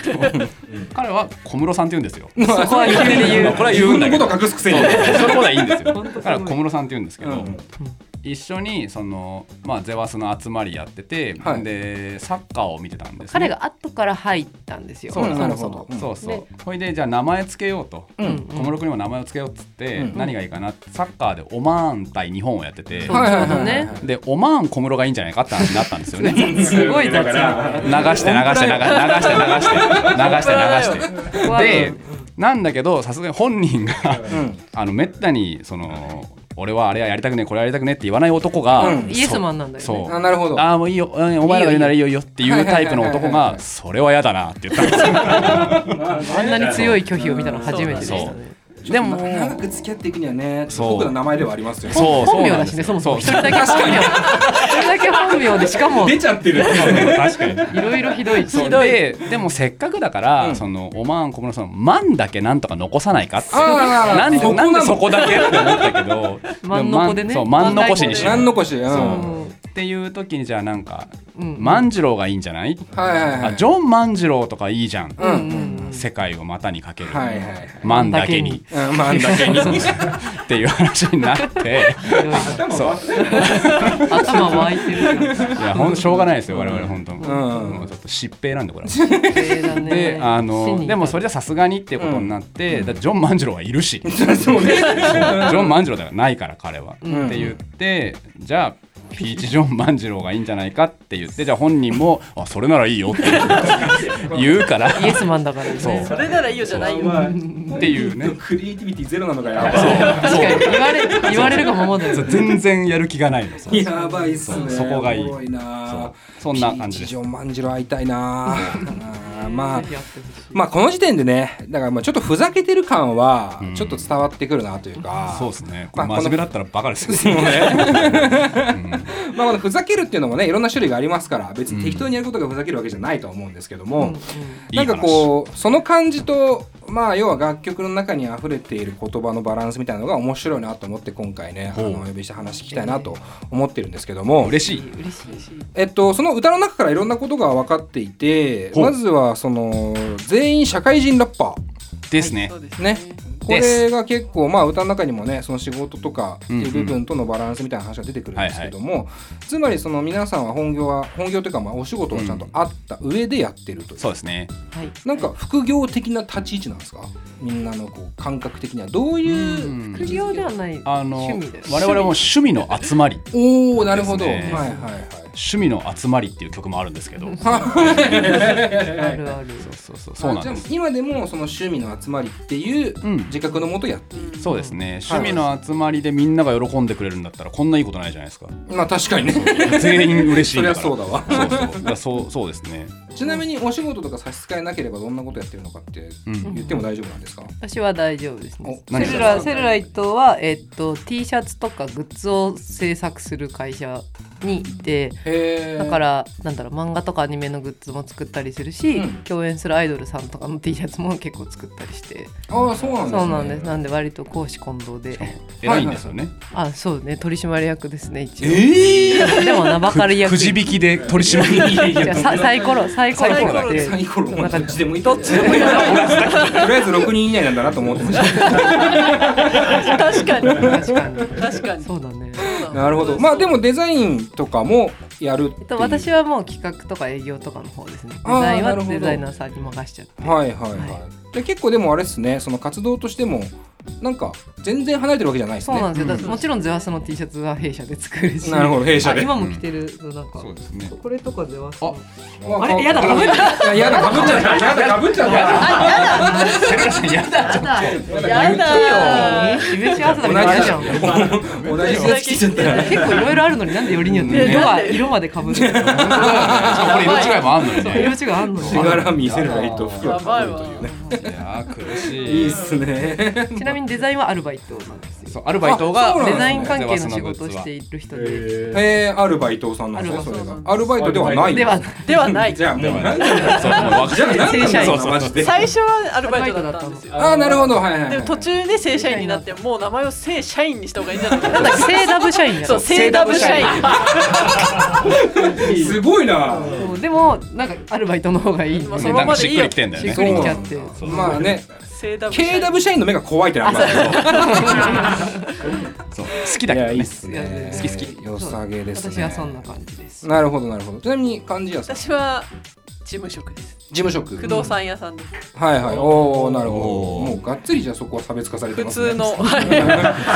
Speaker 2: 彼は小室さんって言うんですよ。
Speaker 1: そ
Speaker 3: こは言ってる言う
Speaker 2: これは言うんだけ
Speaker 1: こ
Speaker 2: ど。
Speaker 1: と隠すくせ
Speaker 2: そう
Speaker 1: に
Speaker 2: そうそうそのことはいいんですよ。
Speaker 3: 本当すごい
Speaker 2: 彼は小室さんって言うんですけ
Speaker 1: う
Speaker 2: ど
Speaker 1: ん。
Speaker 2: 一緒にそのまあゼワスの集まりやってて
Speaker 1: はい
Speaker 2: でサッカーを見てたんですね。
Speaker 3: 彼が後から入ったんですよ
Speaker 2: そう
Speaker 1: な
Speaker 2: そ
Speaker 1: ん
Speaker 2: う
Speaker 1: です
Speaker 2: そ
Speaker 1: なる
Speaker 2: う
Speaker 1: ほど
Speaker 2: そうそう
Speaker 3: ね
Speaker 2: ほいでじゃあ名前つけようと、
Speaker 1: うん
Speaker 3: うん
Speaker 2: 小室君にも名前をつけようっつって、
Speaker 1: うん
Speaker 2: 何がいいかなってサッカーでオマーン対日本をやってて、
Speaker 3: そう
Speaker 1: はいはい
Speaker 3: ちょ
Speaker 1: は
Speaker 3: うど
Speaker 1: い
Speaker 3: ね
Speaker 2: でオマーン小室がいいんじゃないかって話になったんですよね流して
Speaker 3: すごい雑な
Speaker 2: 流して流して流して流して流して流してでなんだけどさすがに本人が
Speaker 1: うん
Speaker 2: あのめったにその俺はあれはやりたくねえこれはやりたくねえって言わない男が、
Speaker 1: うん
Speaker 3: イエスマンなんだよね
Speaker 2: そう
Speaker 1: あなるほど
Speaker 2: ああもういいようんお前らが言うならいいよいいよっていうタイプの男
Speaker 1: はいはいはいはい
Speaker 2: がそれは嫌だなって言ったんですよ
Speaker 3: あんなに強い拒否を見たの初めてでしたね
Speaker 2: でも
Speaker 1: 長く付き合っていくにはねちょっ
Speaker 2: そ
Speaker 1: と
Speaker 2: う
Speaker 1: 酷な名前ではありますよ
Speaker 2: そう
Speaker 3: 本名だしねそもそも一人だけ本名一人だけ本名でしかもい
Speaker 1: 出ちゃってる
Speaker 2: 確かに
Speaker 3: ろいろひどい
Speaker 2: そうででもせっかくだから、
Speaker 1: うん
Speaker 2: そのオマーン小室さんの「マン」だけなんとか残さないかって
Speaker 1: あー
Speaker 2: なんで
Speaker 1: そこな
Speaker 2: な
Speaker 1: の
Speaker 2: んでそこだけって思ったけ ど
Speaker 3: マンノコでね
Speaker 2: そうマン残しにしよ
Speaker 1: 何
Speaker 2: う
Speaker 1: のこしうん
Speaker 2: そう
Speaker 1: は
Speaker 2: っていう時にじゃあなんか
Speaker 3: うん
Speaker 2: 万次郎がいいんじゃない、
Speaker 1: いはいは
Speaker 2: あ
Speaker 1: い
Speaker 2: ジョン万次郎とかいいじゃん、
Speaker 1: う
Speaker 3: う
Speaker 1: ん
Speaker 3: ん
Speaker 1: うん
Speaker 2: 世界を股にかける、
Speaker 1: はいはいはい
Speaker 2: 万だけに
Speaker 1: うんまああんだけに
Speaker 2: っていう話になって
Speaker 3: いろい
Speaker 2: そう
Speaker 3: ろ頭湧いてるじゃん
Speaker 2: いやほんしょうがないですよ我々本当、
Speaker 1: ん
Speaker 2: もうちょっと疾病なんでこれは
Speaker 3: えだね
Speaker 2: であのでもそれ
Speaker 3: れ
Speaker 2: じゃさすがにっていうことになって、だってジョン万次郎はいるしジ
Speaker 1: そうね
Speaker 2: ョン万次郎ではないから彼は、
Speaker 1: ん
Speaker 2: って言ってじゃあピーチジョン万次郎がいいんじゃないかって言ってじゃあ本人も「あそれならいいよ」って言うから
Speaker 3: イエスマンだからね
Speaker 2: そう
Speaker 6: それならいいよじゃないよ。
Speaker 2: っていうね
Speaker 1: クリエイティビティゼロなのがやば
Speaker 3: 確かに言われ 言われるがままだよ
Speaker 2: そう
Speaker 3: ね
Speaker 2: 全然やる気がないのそう
Speaker 1: いやばいっすね
Speaker 2: そこがいい
Speaker 1: おもろな
Speaker 2: そうそんな感じです
Speaker 1: ピーチジョン万次郎会いたいなあーまあ
Speaker 3: やってほしい
Speaker 1: まあこの時点でねだからまあちょっとふざけてる感はちょっと伝わってくるなというか、
Speaker 2: そうですねこ
Speaker 1: まあ
Speaker 2: れ真面目だったらバカです
Speaker 1: そう
Speaker 2: よ、
Speaker 1: ね まあこのふざけるっていうのもねいろんな種類がありますから別に適当にやることがふざけるわけじゃないとは思うんですけども、なんかこうその感じとまあ要は楽曲の中に溢れている言葉のバランスみたいなのが面白いなと思って今回ねあ
Speaker 2: ほう
Speaker 1: のお呼びして話聞きたいなと思ってるんですけども、
Speaker 2: 嬉しい
Speaker 3: 嬉しいし
Speaker 1: えっと、その歌の中からいろんなことが分かっていて
Speaker 2: ほう
Speaker 1: まずはその全員社会人ラッパー。
Speaker 2: ですね、
Speaker 6: そうです
Speaker 1: ね
Speaker 6: ね。、
Speaker 1: こ
Speaker 2: で
Speaker 1: れ
Speaker 2: す
Speaker 1: が結構まあ歌の中にもねその仕事とかって
Speaker 2: うんうん
Speaker 1: いう部分とのバランスみたいな話が出てくるんですけども、つまりその皆さんは本業は本業というかまあお仕事はちゃんとあった上でやってるという、
Speaker 2: そうですね
Speaker 3: はい
Speaker 1: なんか副業的な立ち位置なんですかみんなのこう感覚的にはどういう、
Speaker 2: うん
Speaker 3: 副業ではない
Speaker 2: あの
Speaker 3: 趣味です
Speaker 2: 我々も趣味の集まり
Speaker 1: おおなるほど、
Speaker 2: ですね
Speaker 1: はいはい
Speaker 2: 趣味の集まりっていう曲もあるんですけど
Speaker 3: あるある
Speaker 2: そうそう そ
Speaker 1: は
Speaker 2: う
Speaker 1: いあ
Speaker 2: なん
Speaker 1: じゃあ
Speaker 2: です
Speaker 1: 今でもその趣味の集まりっていう
Speaker 2: うん
Speaker 1: 自覚のもとやっている、
Speaker 2: そうですね趣味の集まりでみんなが喜んでくれるんだったらこんないいことないじゃないです か
Speaker 1: まあ確かにね
Speaker 2: 全員嬉しい
Speaker 1: そ
Speaker 2: ん
Speaker 1: りゃ
Speaker 2: だか
Speaker 1: そ
Speaker 2: ら
Speaker 1: うだわ
Speaker 2: そうそうだからそうそうですね
Speaker 1: ちなみにお仕事とか差し支えなければどんなことやってるのかって
Speaker 2: うん
Speaker 1: 言っても大丈夫なんですか、
Speaker 3: 私は大丈夫ですね。
Speaker 1: お
Speaker 3: セ
Speaker 2: 何
Speaker 3: ルラ
Speaker 1: ですか
Speaker 3: セルライトは、えっと、T シャツとかグッズを制作する会社にいて
Speaker 1: へえ
Speaker 3: だからなんだろう漫画とかアニメのグッズも作ったりするし、
Speaker 1: うん
Speaker 3: 共演するアイドルさんとかの T シャツも結構作ったりして
Speaker 1: ああそうなんです、ね、
Speaker 3: そうなんですなんで割と公私混同で
Speaker 2: 偉いんですよね
Speaker 3: あそうね取締役ですね一応、
Speaker 1: ええ
Speaker 3: でも名ばかり
Speaker 2: く
Speaker 3: 役
Speaker 2: くじ引きで取り締まり
Speaker 3: じゃあさサイコロサイコロ
Speaker 2: サイコロだ
Speaker 3: で
Speaker 1: サイコロ
Speaker 3: なんか
Speaker 1: どっちでもいいどっちでもいいとりあえず6人以内なんだなと思ってました
Speaker 6: 確かに。
Speaker 3: 確かに
Speaker 6: 確か に。
Speaker 3: そうだね
Speaker 1: なるほどまあでもデザインとかもやるってい
Speaker 3: えっ
Speaker 1: う
Speaker 3: と、私はもう企画とか営業とかの方ですねデ
Speaker 1: あー
Speaker 3: ザイン
Speaker 1: な
Speaker 3: は
Speaker 1: るほど
Speaker 3: デザイナーさんに任しちゃって
Speaker 1: はいはいはい、
Speaker 3: は
Speaker 1: で結構でもあれですねその活動としてもなんか全然離れてるわけじゃないです
Speaker 3: そ
Speaker 1: ね
Speaker 3: うなんですよ、だ
Speaker 1: ん
Speaker 3: もちろんゼワスの T シャツは弊社で作るし
Speaker 1: なるほど弊社で
Speaker 3: あ今も着てるのなんか、
Speaker 2: そうですね
Speaker 3: これとかゼワス
Speaker 2: あ
Speaker 1: わ
Speaker 3: あれやだかぶっ
Speaker 1: いややだかぶっちゃったやだかぶっちゃった
Speaker 2: やだちょっ
Speaker 6: やだ
Speaker 3: たしめし合わせたら嫌じゃん結
Speaker 1: 同じやつ着ちゃった
Speaker 3: 構いろいろあるのになんでよりによって
Speaker 6: うん
Speaker 3: 色が色までかぶるの
Speaker 2: としかもこれ色違いもあんのにね
Speaker 3: 色違いあんのに
Speaker 1: しがらみセルライト服
Speaker 6: や
Speaker 1: が
Speaker 6: ば
Speaker 1: か
Speaker 6: い
Speaker 1: ぶる
Speaker 6: わ
Speaker 1: というね。
Speaker 2: いやー苦し
Speaker 1: いい
Speaker 2: い
Speaker 1: っすね
Speaker 3: ちなみにデザインはアルバイトなんですよ
Speaker 2: そうアルバイト
Speaker 1: あ
Speaker 2: が
Speaker 1: そうなん
Speaker 3: デ
Speaker 1: だ
Speaker 3: ザイン関係の仕事をしている人で
Speaker 1: えー、アルバイトさんなんですね
Speaker 3: アル
Speaker 1: そ
Speaker 3: バ
Speaker 1: れ
Speaker 3: イト
Speaker 1: がアルバイトではない
Speaker 3: では
Speaker 6: ではない。
Speaker 1: じゃあもうなんで
Speaker 2: そうもうわかん
Speaker 1: じゃあなん
Speaker 3: 正社
Speaker 1: な
Speaker 3: 員
Speaker 1: のマジで
Speaker 6: 最初はアルバイトだったんですよ。
Speaker 1: ああなるほどはいはい、はい、
Speaker 6: でも途中で正社員になってもう名前を正社員にした方がいいんじゃないか
Speaker 3: なん
Speaker 6: な。
Speaker 3: だっけ正ダブ社員や
Speaker 6: そう正ダブ社員。
Speaker 1: すごいな
Speaker 3: そうでもなんかアルバイトの方がいい
Speaker 6: まあ
Speaker 2: ね
Speaker 6: その
Speaker 2: な
Speaker 6: ま
Speaker 2: ん
Speaker 6: ま
Speaker 2: か
Speaker 6: で
Speaker 2: し
Speaker 6: い
Speaker 2: っく
Speaker 6: いよ
Speaker 2: りきてんだよね
Speaker 3: しっくりきちゃっ
Speaker 1: そ
Speaker 3: て
Speaker 1: うなんだ
Speaker 2: そう
Speaker 1: まあね
Speaker 6: 正ダブ社員。
Speaker 1: KW 社員の目が怖いってなった
Speaker 2: そう好きだけどね
Speaker 3: ね
Speaker 2: 好き好き
Speaker 1: 良さげですね
Speaker 3: 私はそんな感じです
Speaker 1: なるほどなるほどちなみに漢字屋さん事
Speaker 6: 私は事務職です。
Speaker 1: 務職
Speaker 6: 不動産屋さんです。
Speaker 1: はいはいおおなるほど
Speaker 2: おー
Speaker 1: もうがっつりじゃあそこは差別化されて
Speaker 6: 普
Speaker 1: ますね
Speaker 6: 通の。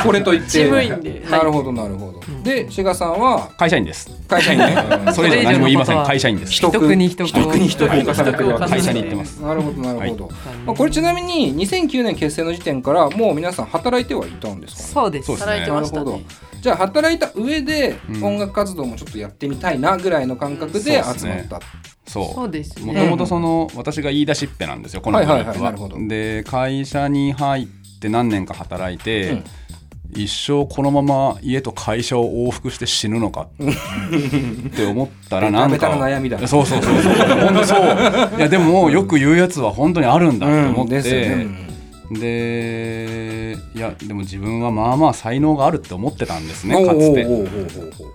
Speaker 1: これといって
Speaker 6: 事務員ではい
Speaker 1: なるほどなるほど、で志賀さんは
Speaker 2: 会社員です
Speaker 1: 会社員ね
Speaker 2: それ以上 何も言いませ
Speaker 3: それ以上のこと
Speaker 2: ん
Speaker 3: は
Speaker 2: 会社員です
Speaker 1: 一
Speaker 3: 一国に一国
Speaker 1: 一国に一国を重ねてるわけ
Speaker 2: 会社に行ってます
Speaker 1: なるほどなるほど、まあ、これちなみに2009年結成の時点からもう皆さん働いてはいたんですかね
Speaker 3: そうです
Speaker 2: そうですね
Speaker 6: 働いて
Speaker 1: な
Speaker 6: ま
Speaker 1: る
Speaker 6: した
Speaker 1: ほど
Speaker 6: ね。
Speaker 1: じゃあ働いた上で
Speaker 2: うん
Speaker 1: 音楽活動もちょっとやってみたいなぐらいの感覚で
Speaker 2: うん
Speaker 1: 集まった、
Speaker 2: そう
Speaker 3: そうです
Speaker 2: もと
Speaker 3: ね
Speaker 2: もとその私が言い出しっぺなんですよこのグループは,、
Speaker 1: はいはいはいなるほど
Speaker 2: で会社に入って何年か働いて、
Speaker 1: うん
Speaker 2: 一生このまま家と会社を往復して死ぬのかって思ったらなん
Speaker 1: ベタ
Speaker 2: か
Speaker 1: ベタな悩みだ
Speaker 2: そうそうそうそう本当そういやでもよく言うやつは本当にあるんだって思っ
Speaker 1: ですよ
Speaker 2: て、
Speaker 1: ね
Speaker 2: でいやでも自分はまあまあ才能があるって思ってたんですね
Speaker 1: お
Speaker 2: か
Speaker 1: う
Speaker 2: つ
Speaker 1: おう
Speaker 2: て
Speaker 1: おうおうおう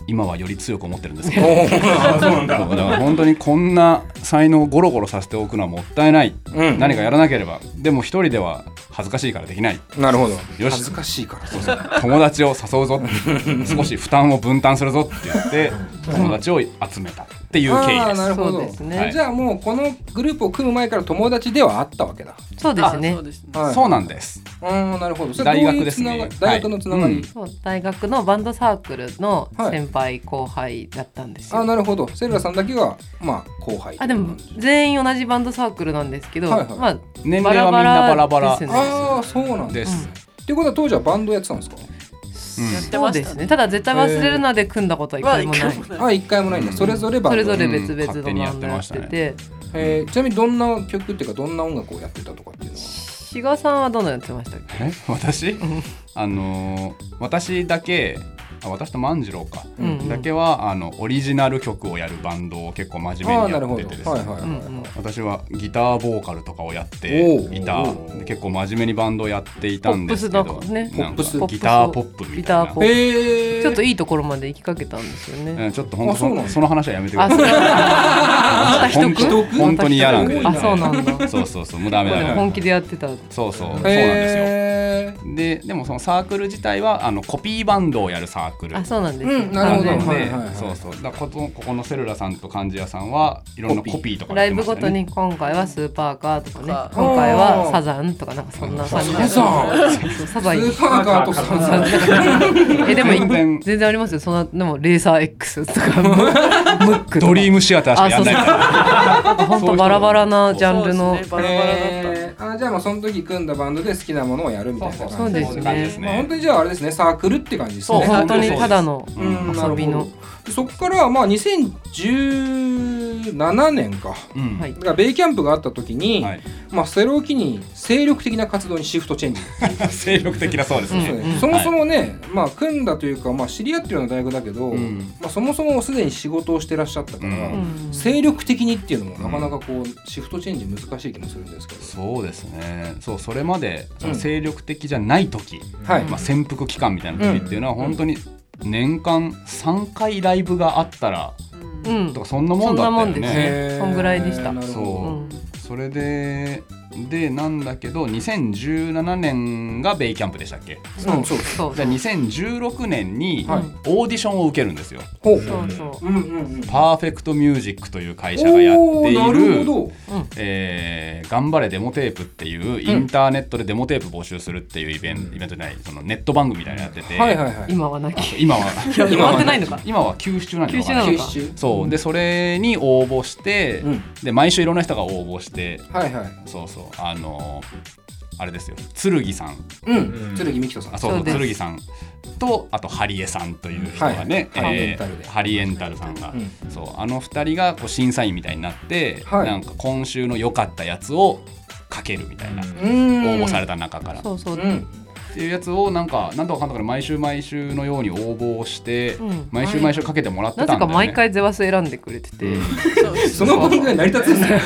Speaker 2: 今はより強く思ってるんですけ
Speaker 1: お
Speaker 2: ど
Speaker 1: うあそうなん
Speaker 2: だ
Speaker 1: だ。
Speaker 2: から本当にこんな才能をゴロゴロさせておくのはもったいない、
Speaker 1: うん
Speaker 2: 何かやらなければでも一人では恥ずかしいからできない
Speaker 1: なるほど。
Speaker 2: し
Speaker 1: 恥ずかしいから。そうそう
Speaker 2: 友達を誘うぞ 少し負担を分担するぞって言って友達を集めたっていう経緯
Speaker 1: あ
Speaker 2: で
Speaker 1: ーな
Speaker 2: す
Speaker 1: るほ
Speaker 3: そう
Speaker 1: ど
Speaker 3: ですね
Speaker 1: はいじゃあもうこのグループを組む前から友達ではあったわけだ。
Speaker 3: そうで
Speaker 6: あ
Speaker 3: すね
Speaker 6: そうですね。
Speaker 1: はい
Speaker 2: そうなんです
Speaker 1: ああなるほど。それど
Speaker 2: 大
Speaker 1: うい
Speaker 2: 学
Speaker 1: う
Speaker 2: です
Speaker 1: つなが
Speaker 2: ね
Speaker 1: り大学のつなが
Speaker 2: はい
Speaker 1: り
Speaker 2: うん。
Speaker 3: そう大学のバンドサークルの
Speaker 1: はい
Speaker 3: 先輩後輩だったんです
Speaker 1: あ
Speaker 3: よ、
Speaker 1: あなるほど。セルラさんだけがまあ後輩。
Speaker 3: あでも全員同じバンドサークルなんですけど、
Speaker 1: はいはい
Speaker 3: まあ
Speaker 2: 年齢はみんなバラバラ
Speaker 3: ですね
Speaker 1: ああそうなんだ。
Speaker 2: で
Speaker 1: っ
Speaker 2: す、
Speaker 1: てことは当時はバンドやってたんですか。
Speaker 2: うん
Speaker 6: やって
Speaker 3: そう
Speaker 6: まし
Speaker 3: で
Speaker 6: た
Speaker 3: す
Speaker 6: ね。
Speaker 3: ねただ絶対忘れるので組んだことは一
Speaker 6: は
Speaker 3: 回
Speaker 6: 一
Speaker 3: もない、
Speaker 6: 回もない。
Speaker 1: あ一回もないんだ。
Speaker 2: うん
Speaker 1: それぞれバ
Speaker 3: そ
Speaker 1: ン
Speaker 3: れ
Speaker 1: ド
Speaker 3: ぞ
Speaker 1: で。
Speaker 3: れ別々
Speaker 2: う
Speaker 3: の
Speaker 2: ん
Speaker 3: バンドやって
Speaker 2: 勝手にやってま
Speaker 3: て、
Speaker 1: えーちなみにどんな曲っていうかどんな音楽をやってたとかっていうのは。
Speaker 3: 志賀さんはどんなのやってましたっけ
Speaker 2: え私あのー私だけあ私と万次郎か、
Speaker 1: うん
Speaker 2: だけはあのオリジナル曲をやるバンドを結構真
Speaker 1: あ
Speaker 2: 面目
Speaker 1: あ
Speaker 2: に
Speaker 1: な
Speaker 2: や
Speaker 1: るほ
Speaker 2: って
Speaker 1: ど。は
Speaker 2: て
Speaker 1: い
Speaker 2: です
Speaker 1: はい
Speaker 2: ね
Speaker 1: はいはい。
Speaker 2: 私はギターボーカルとかをやって
Speaker 1: おう
Speaker 2: いた
Speaker 1: おう
Speaker 2: で結構真面目にバンドをやっていたんですけ
Speaker 3: ポッ
Speaker 2: ど
Speaker 3: プスなんかね
Speaker 2: なん
Speaker 1: ポップス
Speaker 2: かギターポップみたい
Speaker 3: ギタ
Speaker 2: な
Speaker 3: ーポップ
Speaker 1: ええ。
Speaker 3: ちょっといいところまで行きかけたんですよ
Speaker 2: う
Speaker 3: ね。
Speaker 2: んちょっと本当
Speaker 1: あそうなんだ
Speaker 2: そその話はやめてくださ
Speaker 3: あ、そう
Speaker 2: い
Speaker 3: また
Speaker 2: 本
Speaker 3: 一
Speaker 2: 当
Speaker 3: 区
Speaker 2: に本当に嫌なんで
Speaker 1: あ
Speaker 3: そうなんだ
Speaker 2: そうそうそうもうダメ
Speaker 3: で
Speaker 2: ダ
Speaker 3: も
Speaker 2: メ
Speaker 3: 本気でやってた。う
Speaker 2: そうそうそうなんですよ
Speaker 1: へー
Speaker 2: ででもそのサークル自体はあのコピーバンドをやるサークル
Speaker 3: あ、そうなんです、
Speaker 1: うんなるほど
Speaker 3: 完全
Speaker 1: は
Speaker 3: に
Speaker 1: い
Speaker 2: でそうそうだからここここのセルラさんと貫地屋さんはいろんなコピーとか
Speaker 3: ラ
Speaker 2: やっ
Speaker 3: イ
Speaker 2: てま
Speaker 3: ブ
Speaker 2: した
Speaker 3: ご
Speaker 2: ね
Speaker 3: とに今回はスーパーカーとかね
Speaker 6: あー
Speaker 3: 今回はサザンとかなんかそんな感じで
Speaker 1: サザ
Speaker 3: そうサザン
Speaker 1: スーパーカーとサザン
Speaker 3: えでも
Speaker 2: 全然
Speaker 3: 全然ありますよそんなでもレーサー X とかムックとか
Speaker 2: ドリームシアターしかやんないから
Speaker 3: 本当バラバラなジャンルの
Speaker 6: そうですねバラバラだった。
Speaker 1: えーあじゃあもうその時組んだバンドで好きなものをやるみたいな感じ
Speaker 3: そうです
Speaker 2: そう
Speaker 3: ね
Speaker 2: いう感じです
Speaker 1: まあ、本
Speaker 2: ね
Speaker 1: 当にじゃああれですねサークルって感じですね
Speaker 2: そう
Speaker 3: 本当にただの
Speaker 1: うん
Speaker 3: 遊びの
Speaker 1: なるほどそこからまあ2017年か
Speaker 2: うん
Speaker 3: はい
Speaker 1: だからベイキャンプがあった時に、
Speaker 2: はい
Speaker 1: まあ、それを機に精力的な活動にシフトチェンジ
Speaker 2: 精力的なそうです
Speaker 3: うん
Speaker 2: ね
Speaker 1: そもそもね、まあ、組んだというか、まあ、知り合ってるような大学だけど、
Speaker 2: うん
Speaker 1: まあ、そもそもすでに仕事をしてらっしゃったから、
Speaker 2: うん
Speaker 1: 精力的にっていうのもなかなかこうシフトチェンジ難しい気もするんですけど、
Speaker 2: そうですねそうそれまでそ
Speaker 1: うん
Speaker 2: の精力的じゃない時、
Speaker 1: はい、
Speaker 2: まあ、潜伏期間みたいな時っていうのは
Speaker 1: うん
Speaker 2: 本当に年間3回ライブがあったら
Speaker 6: うん
Speaker 3: うん
Speaker 2: とかそんなもんだったよ
Speaker 3: そんなもんです
Speaker 2: ね。
Speaker 3: ねそんぐらいでした
Speaker 1: なるほど
Speaker 2: そう
Speaker 3: うん
Speaker 2: それででなんだけど2017年がベイキャンプでしたっけ
Speaker 1: うんそうです
Speaker 3: そう
Speaker 2: じゃあ2016年に
Speaker 1: はい
Speaker 2: オーディションを受けるんですよ。
Speaker 1: ほう
Speaker 3: そうそう
Speaker 1: うんうんうん
Speaker 2: パーフェクトミュージックという会社がやってい
Speaker 1: おーなるほ
Speaker 2: る
Speaker 1: ど
Speaker 2: えー頑張れデモテープっていうインターネットでデモテープ募集するっていうイベント、イベントじゃないそのネット番組みたいなのやってて、
Speaker 1: はいはいはい
Speaker 3: 今はなき
Speaker 2: 今は
Speaker 3: 今はないのか
Speaker 2: 今は休止中なんで
Speaker 3: 休止なの
Speaker 1: 九
Speaker 3: か
Speaker 1: 州
Speaker 2: そうでそれに応募して、
Speaker 1: うん
Speaker 2: で毎週いろんな人が応募して
Speaker 1: はいはい
Speaker 2: そうそうあのーあれですよ剣さん
Speaker 1: うん鶴木美希人さん
Speaker 2: あそう
Speaker 3: そうです
Speaker 2: 剣さんとあとハリエさんという人がね、
Speaker 1: はい
Speaker 2: え
Speaker 1: ハリ
Speaker 2: ー
Speaker 1: エンタルで
Speaker 2: ハリエンタルさんが、
Speaker 1: うん
Speaker 2: そうあの2人がこう審査員みたいになって、
Speaker 1: はい
Speaker 2: なんか今週の良かったやつをかけるみたいな、
Speaker 1: うん
Speaker 2: 応募された中からっ
Speaker 3: そうそう、
Speaker 1: うん
Speaker 2: ていうやつをなんかなんとかかんとかで毎週毎週のように応募して、
Speaker 3: うん
Speaker 2: 毎週毎週かけてもらってた
Speaker 3: な
Speaker 2: だ
Speaker 3: んぜ
Speaker 2: よ、ね、
Speaker 3: か毎回ゼワス選んでくれてて、
Speaker 1: その番組が成り立つんですね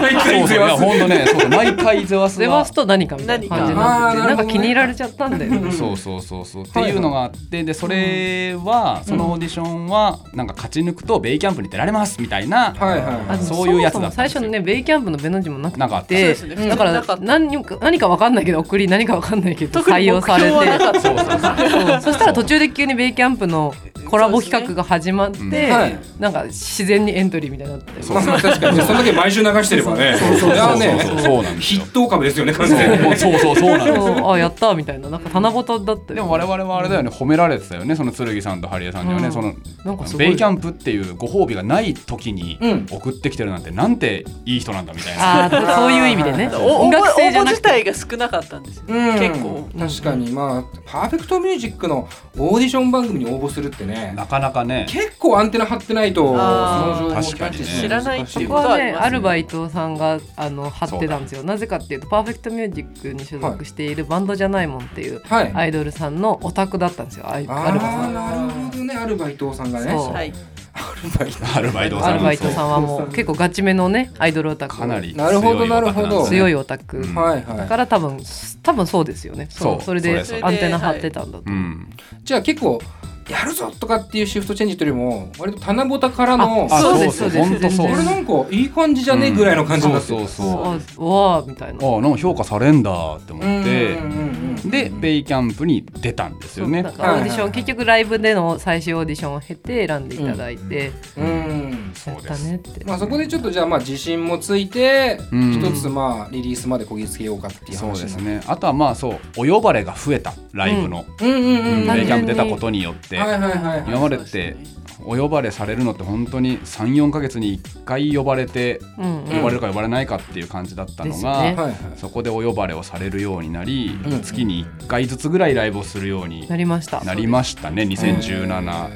Speaker 1: 毎
Speaker 2: そうそういや本当 ねそうそう毎回ゼワス
Speaker 3: ゼワ
Speaker 2: は
Speaker 3: スと何かみたいな感じになって
Speaker 1: 何
Speaker 3: て
Speaker 1: かあーな
Speaker 3: な
Speaker 1: る
Speaker 3: ん
Speaker 1: ほどね
Speaker 3: か気に入られちゃったんだよね
Speaker 2: そうそうそうそうっていうのがあってでそれはそのオーディションはなんか勝ち抜くとベイキャンプに出られますみたいな
Speaker 1: はいはい
Speaker 3: あ
Speaker 1: は
Speaker 3: でも
Speaker 2: そういうやつだったんですよ
Speaker 3: そもそも最初のねベイキャンプのベの字もなくて
Speaker 2: なんかあった
Speaker 6: そうですね
Speaker 3: だから
Speaker 6: なかった
Speaker 3: 何か何か分かんないけど送り何か分かんないけど
Speaker 6: 特
Speaker 3: 採
Speaker 6: に
Speaker 3: 用
Speaker 6: 目
Speaker 3: され
Speaker 6: 標はなか
Speaker 3: て
Speaker 6: った。そうそう
Speaker 3: そうそしたら途中で急にベイキャンプのコラボ企画が始まって、
Speaker 2: そう
Speaker 1: いはい
Speaker 3: なんか自然にエントリーみたいになって
Speaker 1: まあまあ確かにそんだけ毎週流してればね
Speaker 2: そうそうそう
Speaker 1: れはね
Speaker 2: そうそうそうなんですよ
Speaker 1: 筆頭株ですよね完全に
Speaker 2: そうそうそうそうなんですよ
Speaker 3: そうあやったみたいななんか七夕だっ たよ
Speaker 2: でも我々はあれだよね褒められてたよねその剣さんとハリエさんにはね、
Speaker 3: うん
Speaker 2: その
Speaker 3: なんかすごい
Speaker 2: ベイキャンプっていうご褒美がない時に
Speaker 1: うん
Speaker 2: 送ってきてるなんてなんていい人なんだみたいな、
Speaker 3: あーそういう意味でね
Speaker 6: お応
Speaker 3: 音
Speaker 6: 募
Speaker 3: 楽性じゃ
Speaker 6: 応
Speaker 3: な
Speaker 6: 募
Speaker 3: く
Speaker 6: 自
Speaker 3: て
Speaker 6: 体が少なかったんですよ。
Speaker 1: うん
Speaker 6: 結構。
Speaker 1: 確かにまあパーフェクトミュージックのオーディション番組に応募するってね
Speaker 2: なかなかね
Speaker 1: 結構アンテナ張ってないとその
Speaker 6: あー
Speaker 1: 情報をキ
Speaker 2: 確か
Speaker 1: ャッ
Speaker 2: に
Speaker 1: チ
Speaker 2: ね
Speaker 1: するの
Speaker 6: 知ら
Speaker 1: 難
Speaker 6: ないっ
Speaker 1: してい
Speaker 6: いう
Speaker 3: こ
Speaker 6: こ
Speaker 3: こと
Speaker 6: は
Speaker 3: は
Speaker 6: あり
Speaker 3: ね
Speaker 6: ます
Speaker 3: アルバイトさんがあの貼ってたんですよなぜかっていうとパーフェクトミュージックに所属しているバンドじゃないもんっていう
Speaker 1: はい
Speaker 3: アイドルさんのオタクだったんですよ、アイ
Speaker 1: あ
Speaker 3: アルバさ
Speaker 1: ー
Speaker 3: ん
Speaker 1: なるほどねアルバイトさんがね
Speaker 3: そう
Speaker 6: はい。
Speaker 1: アルバイト
Speaker 2: アルバイト
Speaker 3: ア
Speaker 2: さん
Speaker 3: ルバイトさんはもう結構ガチめのねアイドルオタク
Speaker 2: かなり
Speaker 1: なるほどなるほど
Speaker 3: 強い
Speaker 2: よ、
Speaker 3: オタク、
Speaker 2: うん
Speaker 1: はい
Speaker 3: だ
Speaker 1: は
Speaker 3: から多分多分そうですよねそう
Speaker 2: そう
Speaker 3: それ
Speaker 2: そう
Speaker 3: で
Speaker 2: です
Speaker 3: アンテナ張ってたんだと、
Speaker 2: うん、
Speaker 1: いじゃあ結構やるぞとかっていうシフトチェンジというよりも割と棚ぼたからの
Speaker 2: あ
Speaker 1: あ
Speaker 3: そうです
Speaker 2: そう
Speaker 3: そうです
Speaker 2: 本当そう
Speaker 1: これなんかいい感じじゃね
Speaker 2: うん
Speaker 1: ぐらいの感じになってる
Speaker 2: そうそうそう
Speaker 3: あわあみたいな
Speaker 2: ああなんか評価されんだって思って
Speaker 1: うんうんうんうん
Speaker 2: でベイキャンプに出たんですよね
Speaker 3: なんかオー
Speaker 1: はい
Speaker 3: ディション、
Speaker 1: はいはい
Speaker 3: 結局ライブでの最終オーディションを経て選んでいただいて、
Speaker 1: うん
Speaker 2: そうで
Speaker 3: やった
Speaker 2: す
Speaker 3: ねって、
Speaker 1: まあそこでちょっとじゃあまあ自信もついて
Speaker 2: うん
Speaker 1: 一つまあリリースまでこぎつけようかっていう
Speaker 2: そう
Speaker 1: 話
Speaker 2: です
Speaker 1: になる
Speaker 2: ねあとはまあそうお呼ばれが増えたライブの、
Speaker 1: うんうん
Speaker 2: うん
Speaker 1: うん
Speaker 3: 単
Speaker 2: ベイキャンプ
Speaker 3: 純に
Speaker 2: 出たことによって、
Speaker 1: はいはいはい
Speaker 2: 今までってお呼ばれされるのって本当に34か月に1回呼ばれて
Speaker 3: うんうん
Speaker 2: 呼ばれるか呼ばれないかっていう感じだったの
Speaker 3: です
Speaker 2: が、
Speaker 3: よね
Speaker 1: はいはい
Speaker 2: そこでお呼ばれをされるようになり、
Speaker 1: うん
Speaker 2: 月に1回ずつぐらいライブをするように
Speaker 3: なりました
Speaker 2: なりましたね
Speaker 1: う
Speaker 2: 201718、
Speaker 1: ん
Speaker 3: うん
Speaker 1: なる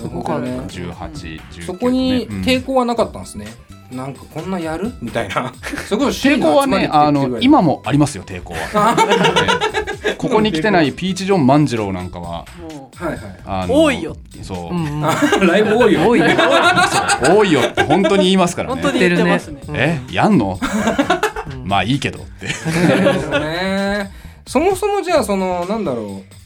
Speaker 3: す
Speaker 1: ほ
Speaker 3: ご
Speaker 1: ど
Speaker 3: かった
Speaker 1: ね
Speaker 2: 19
Speaker 1: そこに
Speaker 2: ねうん
Speaker 1: 抵抗はなかったんですね、なんかこんなやるみたいなそれこそ
Speaker 2: 抵抗はねあの今もありますよ抵抗はええここに来てないピーチ・ジョン万次郎なんかは
Speaker 6: もう
Speaker 1: はいは
Speaker 2: あの
Speaker 6: 多いよ
Speaker 2: そう、
Speaker 3: うんうん
Speaker 1: いライブ多いよ
Speaker 3: 多いよ
Speaker 2: 多いよって本当に言いますからね
Speaker 6: 本当に言ってますね
Speaker 3: 言ってるね
Speaker 2: えやんのまあいいけどって
Speaker 1: なるほどねそもそもじゃあそのなんだろう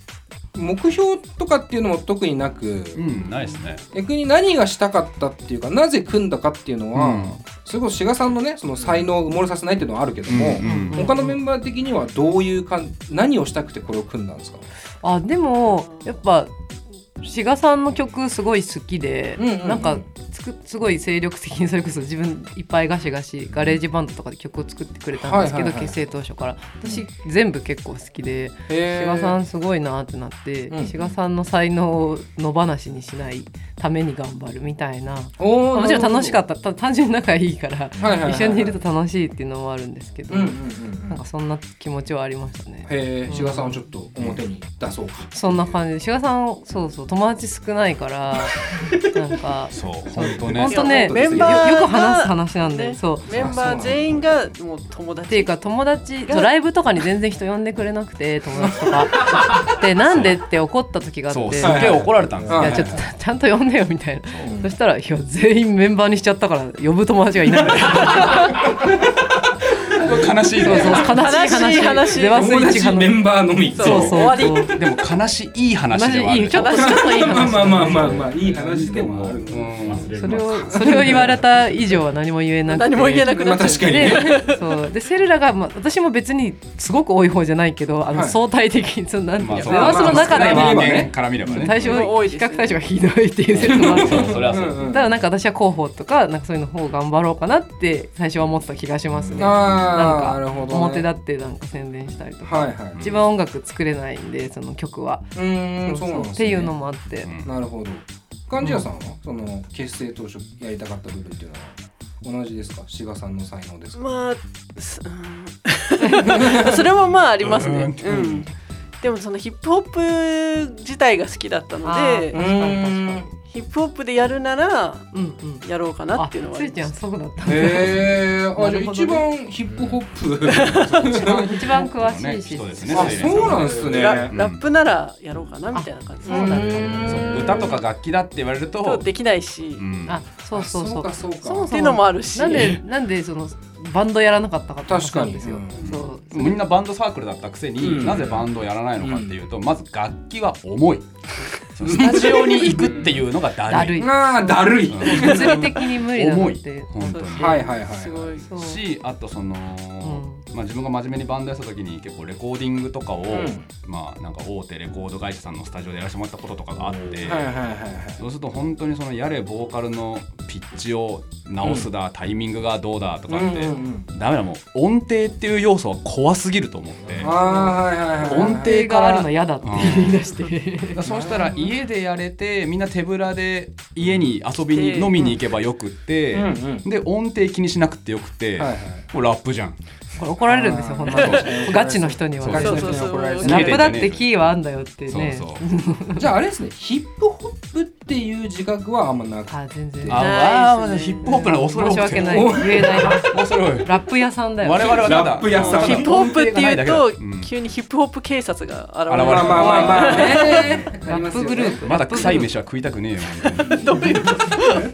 Speaker 1: 目標とかっていうのも特になく、
Speaker 2: うんないですね
Speaker 1: 逆に何がしたかったっていうかなぜ組んだかっていうのは、
Speaker 2: うん
Speaker 1: それこそ志賀さんのねその才能を埋もれさせないっていうのはあるけども、
Speaker 2: うん
Speaker 1: 他のメンバー的にはどういうかん何をしたくてこれを組んだんですか
Speaker 3: あでもやっぱ志賀さんの曲すごい好きで、
Speaker 1: うんうんうん
Speaker 3: なんかつくすごい精力的にそれこそ自分いっぱいガシガシガレージバンドとかで曲を作ってくれたんですけど、
Speaker 1: はいはいはい
Speaker 3: 結成当初から私全部結構好きで志賀さんすごいなってなって、
Speaker 1: うん
Speaker 3: 志賀さんの才能を野放しにしないために頑張るみたいな、
Speaker 1: おー
Speaker 3: もちろん楽しか
Speaker 1: なる
Speaker 3: ったた単純に仲いいから、
Speaker 1: ほどはいはいはい
Speaker 3: 一緒にいると楽しいっていうのもあるんですけど、
Speaker 1: うんうんうんうん
Speaker 3: なんかそんな気持ちはありましたね。
Speaker 1: へえ志賀さんをちょっと表に出そうか、
Speaker 3: そんな感じで志賀さんそうそう友達少ないからなんか
Speaker 2: そう
Speaker 3: そう
Speaker 2: 本当ね
Speaker 3: 本当ね
Speaker 1: いや本当ですよ
Speaker 3: メンバーがよく話す話なんで、
Speaker 6: ね
Speaker 3: そう。
Speaker 6: メンバー全員がもう友達
Speaker 3: っていうか友達そうライブとかに全然人呼んでくれなくて友達とかでなんでって怒った時があっ
Speaker 2: そう
Speaker 3: て
Speaker 2: す
Speaker 3: い
Speaker 2: っ
Speaker 3: や
Speaker 2: げえ怒られたんですよ
Speaker 1: はい
Speaker 3: ちょっとちゃんと呼んでよみたいな
Speaker 1: うん
Speaker 3: そしたらいや全員メンバーにしちゃったから呼ぶ友達がいない
Speaker 2: 悲しい
Speaker 3: そうそう悲しい
Speaker 6: 悲
Speaker 3: 話
Speaker 6: しい話
Speaker 3: 出ます
Speaker 1: 友達メ
Speaker 3: 話
Speaker 1: ンバーのみ
Speaker 3: そうそう
Speaker 6: 終わり
Speaker 3: そう
Speaker 2: でも悲しいいい話
Speaker 3: 話
Speaker 2: ではあ
Speaker 3: いい
Speaker 2: る
Speaker 3: ちょっとちょっといい
Speaker 1: まあ
Speaker 3: 話
Speaker 1: まあまあまあまあいい話でもある
Speaker 2: うん
Speaker 3: それをそれを言われた以上は何も言えなくて
Speaker 6: 何も言えなく
Speaker 1: まあ
Speaker 6: なっちゃう
Speaker 1: 確かにね
Speaker 3: でそうでセルラが、まあ、私も別にすごく多い方じゃないけどあの、
Speaker 1: はい
Speaker 3: 相対的にそのなんていうの
Speaker 1: う
Speaker 3: フランスの中で
Speaker 1: まあまあ
Speaker 3: は
Speaker 1: まあね
Speaker 2: から見ればね
Speaker 3: 対象
Speaker 6: まあ多い
Speaker 3: 比
Speaker 6: で
Speaker 3: 較
Speaker 6: すね
Speaker 3: 対象がひどいっていう説も ある
Speaker 2: そうそれはそう
Speaker 1: うんうん
Speaker 3: ただなんか私は広報とかなんかそういうの方を頑張ろうかなって最初は思ってた気がしますね。なん
Speaker 1: ああ
Speaker 3: か
Speaker 1: なるほど、ね、
Speaker 3: 表立ってなんか宣伝したりとか、
Speaker 1: はいはい
Speaker 3: 一番音楽作れないんでその曲は、
Speaker 1: うーんそうなんです、ね、
Speaker 3: っていうのもあって、
Speaker 2: うん
Speaker 1: なるほど貫地谷さんは、その結成当初やりたかった部分っていうのは同じですか志賀さんの才能です か
Speaker 6: まあすうん それもまあありますね、
Speaker 2: う
Speaker 6: うんんでもそのヒップホップ自体が好きだったの
Speaker 3: あ
Speaker 6: で
Speaker 3: ー
Speaker 6: ヒップホップでやるなら
Speaker 3: うんうん、
Speaker 6: やろうかなっていうのは
Speaker 3: あ
Speaker 6: あ
Speaker 3: つ
Speaker 6: り
Speaker 3: いち
Speaker 6: ま
Speaker 3: ゃん
Speaker 6: す
Speaker 3: そうだったんだ
Speaker 1: へえー、あじゃあ
Speaker 3: なるほどね
Speaker 1: 一番ヒップホップ
Speaker 3: 一番一番詳しいし、
Speaker 2: そうですね
Speaker 1: あそうなんですね
Speaker 6: ラ
Speaker 2: うん
Speaker 6: ラップならやろうかなみたいな感じ
Speaker 3: あそうなんだ
Speaker 2: そう歌とか楽器だって言われる
Speaker 6: と
Speaker 2: と
Speaker 6: できないし、
Speaker 2: うん
Speaker 6: っ
Speaker 3: あそうそうそう
Speaker 1: かそうか
Speaker 3: そも
Speaker 6: ていうのもあるし
Speaker 3: なんでなんでそのバンドやらなかったかって話なんですよ。
Speaker 1: 確か
Speaker 2: に
Speaker 3: そう
Speaker 2: みんなバンドサークルだったくせに、
Speaker 1: うん
Speaker 2: なぜバンドをやらないのかっていうと、まず楽器は重い そのスタジオに行くっていうのがだるい
Speaker 3: だるい。
Speaker 1: ああだるい
Speaker 3: 物理的に無理だな
Speaker 2: 重
Speaker 3: っ
Speaker 2: い
Speaker 3: て。
Speaker 2: 本当
Speaker 6: そう
Speaker 2: に
Speaker 6: そう
Speaker 1: はいはいはい
Speaker 6: すごい
Speaker 3: そう
Speaker 2: しあとその、まあ、自分が真面目にバンドやってた時に結構レコーディングとかを、
Speaker 1: ん
Speaker 2: まあなんか大手レコード会社さんのスタジオでやらせてもらったこととかがあって、
Speaker 1: はいはいはいはい
Speaker 2: そうすると本当にそのやれボーカルのピッチを直すだ、タイミングがどうだとかって、
Speaker 1: うんうんうん
Speaker 2: ダメだもう音程っていう要素は怖すぎると思って。
Speaker 1: ああはいはいはい
Speaker 2: 音程
Speaker 3: 手があるの嫌だって言い出して。
Speaker 2: だからそうしたら家でやれてみんな手ぶらで家に遊びに飲みに行けばよくって、
Speaker 1: うんうん
Speaker 2: で音程気にしなくてよくて、
Speaker 1: はいはい
Speaker 2: もうラップじゃん
Speaker 3: これ怒られるんですよ、ほんまに
Speaker 1: そうそうそう。
Speaker 3: ガチの人には
Speaker 1: ガ
Speaker 2: そ
Speaker 1: チ
Speaker 2: う
Speaker 1: の人に怒られる
Speaker 6: そうそうそう
Speaker 3: ラップだってキーはあんだよってね。
Speaker 2: そうそう
Speaker 1: じゃああれですねヒップホップっっていう自覚はあんまなくて
Speaker 3: あ全然
Speaker 2: あわあ
Speaker 6: ないです
Speaker 2: ヒ
Speaker 6: ね
Speaker 2: ップホップなの恐れ多く
Speaker 3: 申して訳ない言えない
Speaker 2: 面白い
Speaker 3: ラップ屋さんだよ
Speaker 2: 我々はた
Speaker 1: ラ
Speaker 2: だ
Speaker 1: ップ屋さん
Speaker 6: ヒ
Speaker 1: だ
Speaker 6: ップホップっていうと、
Speaker 2: うん
Speaker 6: 急にヒップホップ警察が現れ
Speaker 2: 現
Speaker 6: る
Speaker 2: れる
Speaker 1: まあまあまあまあね
Speaker 3: ラップグループ
Speaker 2: まだ臭い飯は食いたくね えよ
Speaker 6: ラッ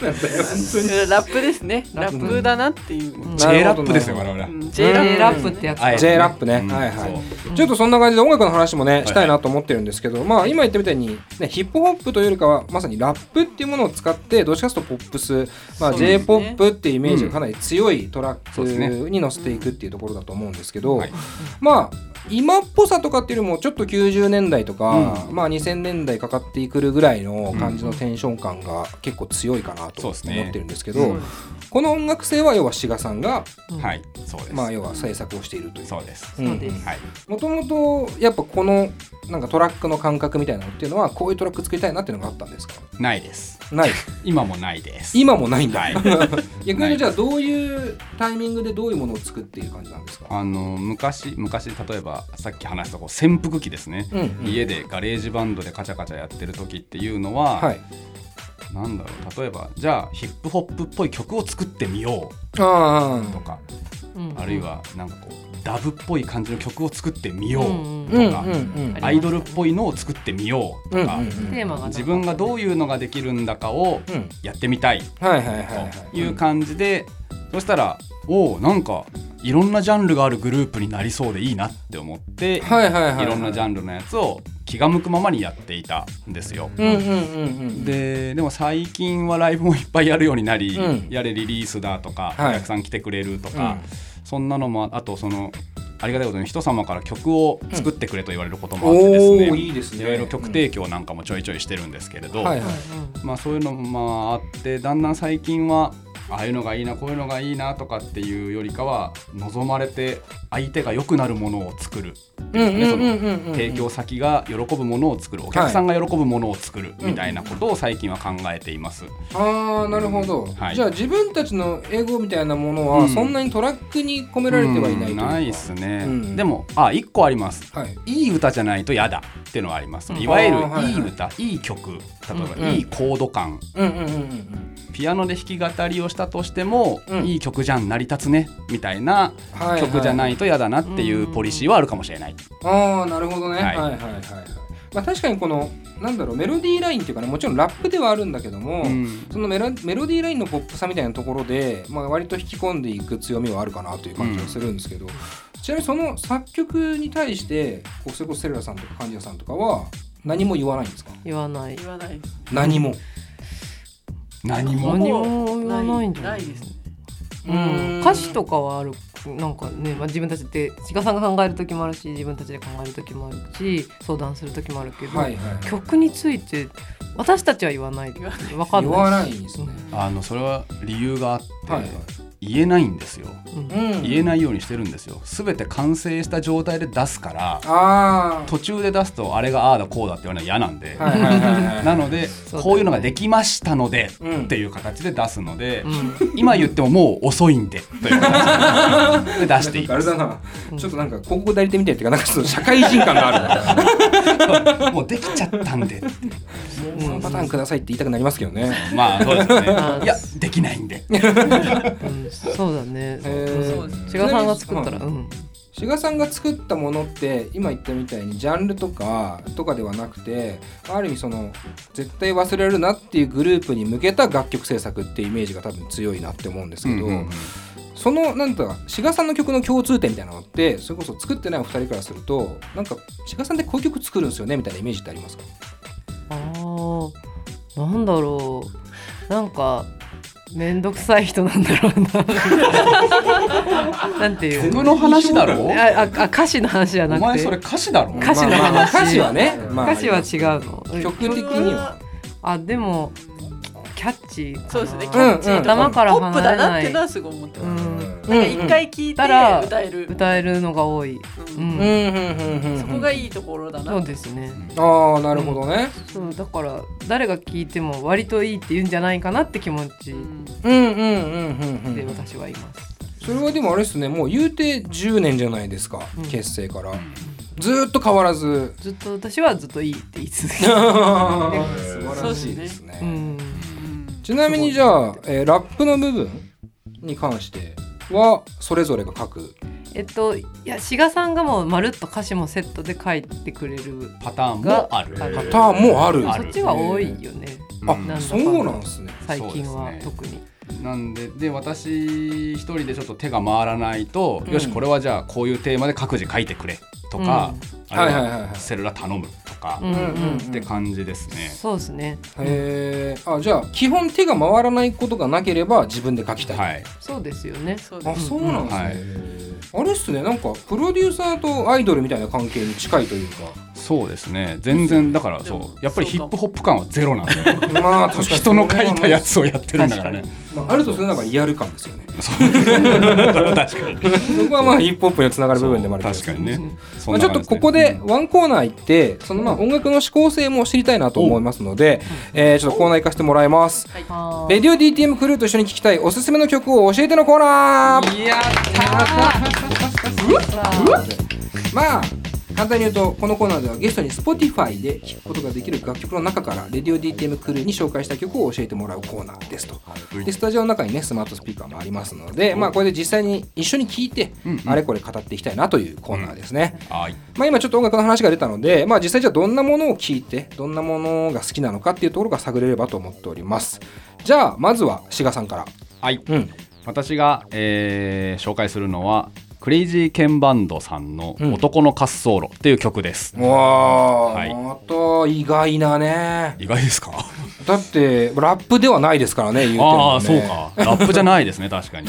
Speaker 6: プですね
Speaker 3: ラ
Speaker 6: ラ
Speaker 3: ッ
Speaker 6: ッ
Speaker 3: プ
Speaker 6: プだなっていう、うん
Speaker 2: J ラップですよ我々は
Speaker 6: J ラッ
Speaker 3: J ラ
Speaker 6: プ、
Speaker 3: ップってやつ
Speaker 2: あえて
Speaker 1: J ラップね
Speaker 2: うん
Speaker 1: はいは
Speaker 2: そう
Speaker 1: いちょっとそんな感じで音楽の話もね
Speaker 2: い
Speaker 1: したいなと思ってるんですけど、まあ今言ったみたいに、ね、ヒップホップというよりかはまさにラップっていうものを使ってどっちかというとポップス、まあ、
Speaker 6: そうですね
Speaker 1: J−POP っていうイメージがかなり強いトラ
Speaker 2: そうですね
Speaker 1: ックに乗せていくっていうところだと思うんですけど、
Speaker 2: はい
Speaker 1: まあ今っぽさとかっていうよりもちょっと90年代とか、
Speaker 2: うん
Speaker 1: まあ2000年代かかってくるぐらいの感じのテンション感が結構強いかなと
Speaker 2: そ
Speaker 1: 思
Speaker 2: う
Speaker 1: っ
Speaker 2: ですね
Speaker 1: てるんですけど、
Speaker 2: うん
Speaker 1: この音楽性は要は志賀さんが、
Speaker 2: はいそうです、
Speaker 1: まあ、要は制作をしているという。
Speaker 2: そうです
Speaker 1: うん
Speaker 3: そうです
Speaker 2: はい
Speaker 1: もともとやっぱこのなんかトラックの感覚みたいなのっていうのはこういうトラック作りたいなっていうのがあったんですか
Speaker 2: ないです
Speaker 1: ない
Speaker 2: 今もないです
Speaker 1: 今もないんだ、
Speaker 2: はい
Speaker 1: 逆にじゃあどういうタイミングでどういうものを作っている感じなんですか
Speaker 2: あの昔昔例えばさっき話したこう潜伏機ですね、
Speaker 1: うんうん
Speaker 2: 家でガレージバンドでカチャカチャやってる時っていうのは、
Speaker 1: はい
Speaker 2: なんだろう例えばじゃあヒップホップっぽい曲を作ってみよ
Speaker 1: あ
Speaker 2: うとか、
Speaker 3: うん
Speaker 2: あるいはなんかこうダブっぽい感じの曲を作ってみよう
Speaker 3: うん
Speaker 2: とか、
Speaker 1: うんうんうん
Speaker 2: アイドルっぽいのを作ってみようとか、
Speaker 1: うんうんうん
Speaker 3: テーマが
Speaker 2: 自分がどういうのができるんだかを
Speaker 1: うん
Speaker 2: やってみたい
Speaker 1: はいはいはい
Speaker 2: という感じで、そしたらおおんかいろんなジャンルがあるグループになりそうでいいなって思って、
Speaker 1: はいはいはいはい
Speaker 2: いろんなジャンルのやつを気が向くままにやっていたんですよ。
Speaker 1: うんうんうんうん
Speaker 2: ででも最近はライブもいっぱいやるようになり、
Speaker 1: うん
Speaker 2: やれリリースだとか、
Speaker 1: はい
Speaker 2: お客さん来てくれるとか、そんなのもあとそのありがたいことに人様から曲を作ってくれと言われることもあってですね、
Speaker 1: うんおーいいですね
Speaker 2: ろいろ曲提供なんかもちょいちょいしてるんですけれど、
Speaker 1: はいはい
Speaker 2: まあ、そういうのもまああってだんだん最近はああいうのがいいなこういうのがいいなとかっていうよりかは望まれて相手が良くなるものを作る
Speaker 1: うんうんうんうんうんうん
Speaker 2: 提供先が喜ぶものを作るお客さんが喜ぶものを作るみたいなことを最近は考えています。
Speaker 1: ああなるほど、
Speaker 2: はい
Speaker 1: じゃあ自分たちのエゴみたいなもの
Speaker 2: う
Speaker 1: は
Speaker 2: ん
Speaker 1: そんなにトラックに込められてはいないという
Speaker 2: うん
Speaker 1: か
Speaker 2: ないっすね、
Speaker 1: うん
Speaker 2: でもあ一個あります
Speaker 1: はい
Speaker 2: いい歌じゃないと嫌だっていうのはあります、
Speaker 3: うん
Speaker 2: いわゆる
Speaker 1: あーはいはい
Speaker 2: いい歌、いい、曲例えば、
Speaker 1: うんうん
Speaker 2: いいコード感
Speaker 1: うんうんうんうん
Speaker 2: ピアノで弾き語りをしたとしても、
Speaker 1: うん
Speaker 2: いい曲じゃん成り立つねみたいな
Speaker 1: はいはい
Speaker 2: 曲じゃないと嫌だなっていうポリシーはあるかもしれない。
Speaker 1: ああなるほどね、は、
Speaker 2: はいい
Speaker 1: はいはいはいまあ確かにこのなんだろうメロディーラインっていうかねもちろんラップではあるんだけども、
Speaker 2: うん
Speaker 1: そのメロメロディーラインのポップさみたいなところで、まあ、割と引き込んでいく強みはあるかなという感じがするんですけど、ちなみにその作曲に対してこうそれこそセルラさんとか貫地谷さんとかは何も言わないんですか
Speaker 3: 言わない
Speaker 6: 言わない
Speaker 1: 何も
Speaker 2: 何も
Speaker 3: 何も言わないんじゃない
Speaker 6: ないですね
Speaker 3: うん歌詞とかはあるなんかね、まあ、自分たちで志賀さんが考える時もあるし自分たちで考える時もあるし相談する時もあるけど、
Speaker 1: はいはい
Speaker 3: 曲について私たちは言わない
Speaker 6: 言わない
Speaker 3: わかんない
Speaker 1: 言わないんですね、
Speaker 2: あのそれは理由があって、
Speaker 1: はい
Speaker 2: 言えないんですよ。
Speaker 3: うん
Speaker 1: うん
Speaker 2: 言えないようにしてるんですよ。すべて完成した状態で出すから
Speaker 1: あ
Speaker 2: 途中で出すとあれがああだこうだって言われるのは嫌なんで、
Speaker 1: あはいはいはい はい
Speaker 2: なので
Speaker 3: うだね
Speaker 2: こういうのができましたので
Speaker 1: うん
Speaker 2: っていう形で出すので、
Speaker 3: うん
Speaker 2: 今言ってももう遅いんでという形でで出してい
Speaker 1: なんかあれ
Speaker 2: く。
Speaker 1: だな、ちょっとなんか広告代理店みたいっていうかなんかちょっと社会人感があるな
Speaker 2: もうできちゃったんでって。
Speaker 1: そのパターンくださいって言いたくなりますけどね
Speaker 2: まあそうですね
Speaker 3: あ。ー
Speaker 2: いやできないんで。
Speaker 3: うんそうだね
Speaker 1: えー
Speaker 3: 志賀さんが作ったら、
Speaker 1: う
Speaker 3: うんん、
Speaker 1: 志賀さんが作ったものって今言ったみたいにジャンルとかとかではなくてある意味その絶対忘れるなっていうグループに向けた楽曲制作ってイメージが多分強いなって思うんですけど、
Speaker 2: うんうんうん
Speaker 1: そのなんとか志賀さんの曲の共通点みたいなのってそれこそ作ってないお二人からするとなんか志賀さんってこういう曲作るんですよねみたいなイメージってありますか
Speaker 3: あーなんだろうなんか面倒くさい人なんだろうななんていう
Speaker 2: 曲の話だろ
Speaker 3: あああ歌詞の話じゃ
Speaker 2: お
Speaker 3: なくて
Speaker 2: 前それ歌詞だろ
Speaker 3: 歌詞の話
Speaker 1: まあまあまあ歌詞はね、まあ、
Speaker 3: 歌詞は違うの
Speaker 1: 曲的には
Speaker 3: あでもキャッチーかな
Speaker 6: そうですね
Speaker 3: ん
Speaker 6: キャッチーとか
Speaker 3: 頭から
Speaker 6: ポッ
Speaker 3: 離
Speaker 6: プ
Speaker 3: れ
Speaker 6: だ
Speaker 3: な
Speaker 6: ないってのはすごい思って
Speaker 3: う
Speaker 6: ます、
Speaker 3: ん、
Speaker 6: なんか一回聞いて
Speaker 3: たら
Speaker 6: 歌える、
Speaker 3: 歌えるのが多い、
Speaker 6: う
Speaker 3: う
Speaker 1: うんんうん
Speaker 3: ん
Speaker 1: うんうん
Speaker 6: そこがいいところだな
Speaker 3: そうですね
Speaker 1: ああなるほどね、
Speaker 3: そうだから誰が聞いても割といいって言うんじゃないかなって気持ち
Speaker 6: う
Speaker 1: う
Speaker 6: ん
Speaker 1: んうんうんうんう
Speaker 3: で
Speaker 1: ん
Speaker 3: 私はいます、
Speaker 1: それはでもあれですねもう言うて10年じゃないですか、
Speaker 3: うん
Speaker 1: 結成からずーっと変わらず
Speaker 3: ずっと私はずっといいって言い続け
Speaker 1: 素
Speaker 3: て
Speaker 1: 晴らしいですね
Speaker 3: うん
Speaker 1: ちなみにじゃあ、えーラップの部分に関してはそれぞれが書く
Speaker 3: えっといや志賀さんがもうまるっと歌詞もセットで書いてくれる
Speaker 2: パターンもある
Speaker 3: がある
Speaker 1: パターンもある
Speaker 2: あ
Speaker 3: そ
Speaker 2: る
Speaker 3: っちは多いよね
Speaker 2: うん
Speaker 1: あ
Speaker 3: なんだか
Speaker 1: そうなんですね
Speaker 3: 最近は
Speaker 2: そうですね
Speaker 3: 特に
Speaker 2: なんでで私一人でちょっと手が回らないと、
Speaker 1: うん
Speaker 2: よしこれはじゃあこういうテーマで各自書いてくれとか、あ
Speaker 1: は
Speaker 2: る
Speaker 1: い
Speaker 2: い
Speaker 1: はい
Speaker 2: は
Speaker 1: はいはい
Speaker 2: セルラ頼むとか、
Speaker 3: うんうん
Speaker 2: って感じですね。
Speaker 3: そうですね
Speaker 1: へーあじゃあ基本手が回らないことがなければ自分で書きたい、
Speaker 2: はい、
Speaker 3: そうですよね
Speaker 6: そう
Speaker 1: あ
Speaker 6: です
Speaker 1: そうなんですね、あれっすねなんかプロデューサーとアイドルみたいな関係に近いと いうか
Speaker 2: そうですね全然だから
Speaker 6: でも
Speaker 2: そうやっぱりヒップホップ感はゼロなんで
Speaker 1: ま あ確かに
Speaker 2: 人の書いたやつをやってるんだからね
Speaker 1: まあ、あるとするならばリアル感 ですよね。確かに。そこはまあヒップホップにつながる部分でもあるけど
Speaker 2: 確かにねそ
Speaker 1: まあ、
Speaker 2: ん
Speaker 1: ちょ
Speaker 2: な
Speaker 1: っと
Speaker 2: 感じ
Speaker 1: ここでワンコーナー行ってそのまあ音楽の指向性も知りたいなと思いますので、えーちょっとコーナー行かせてもらいます。
Speaker 3: は
Speaker 1: レディオ DTM クルーと一緒に聴きたいおすすめの曲を教えてのコーナー
Speaker 2: いや
Speaker 1: まあ簡単に言うとこのコーナーではゲストに Spotify で聴くことができる楽曲の中から「レディオ DTM クルー」に紹介した曲を教えてもらうコーナーですとでスタジオの中にねスマートスピーカーもありますので、まあ、これで実際に一緒に聴いて、
Speaker 2: うん
Speaker 1: あれこれ語っていきたいなというコーナーですね、
Speaker 2: はい
Speaker 1: まあ、今ちょっと音楽の話が出たので、まあ、実際じゃあどんなものを聴いてどんなものが好きなのかっていうところが探れればと思っておりますじゃあまずは志賀さんから
Speaker 2: はい
Speaker 1: うん
Speaker 2: 私が、えー紹介するのはクレイジーケンバンドさんの「男の滑走路」っていう曲です、
Speaker 1: わあ、
Speaker 2: はい
Speaker 1: また意外なね
Speaker 2: 意外ですか
Speaker 1: だってラップではないですからね言うても、ね、
Speaker 2: ああそうかラップじゃないですね確 かに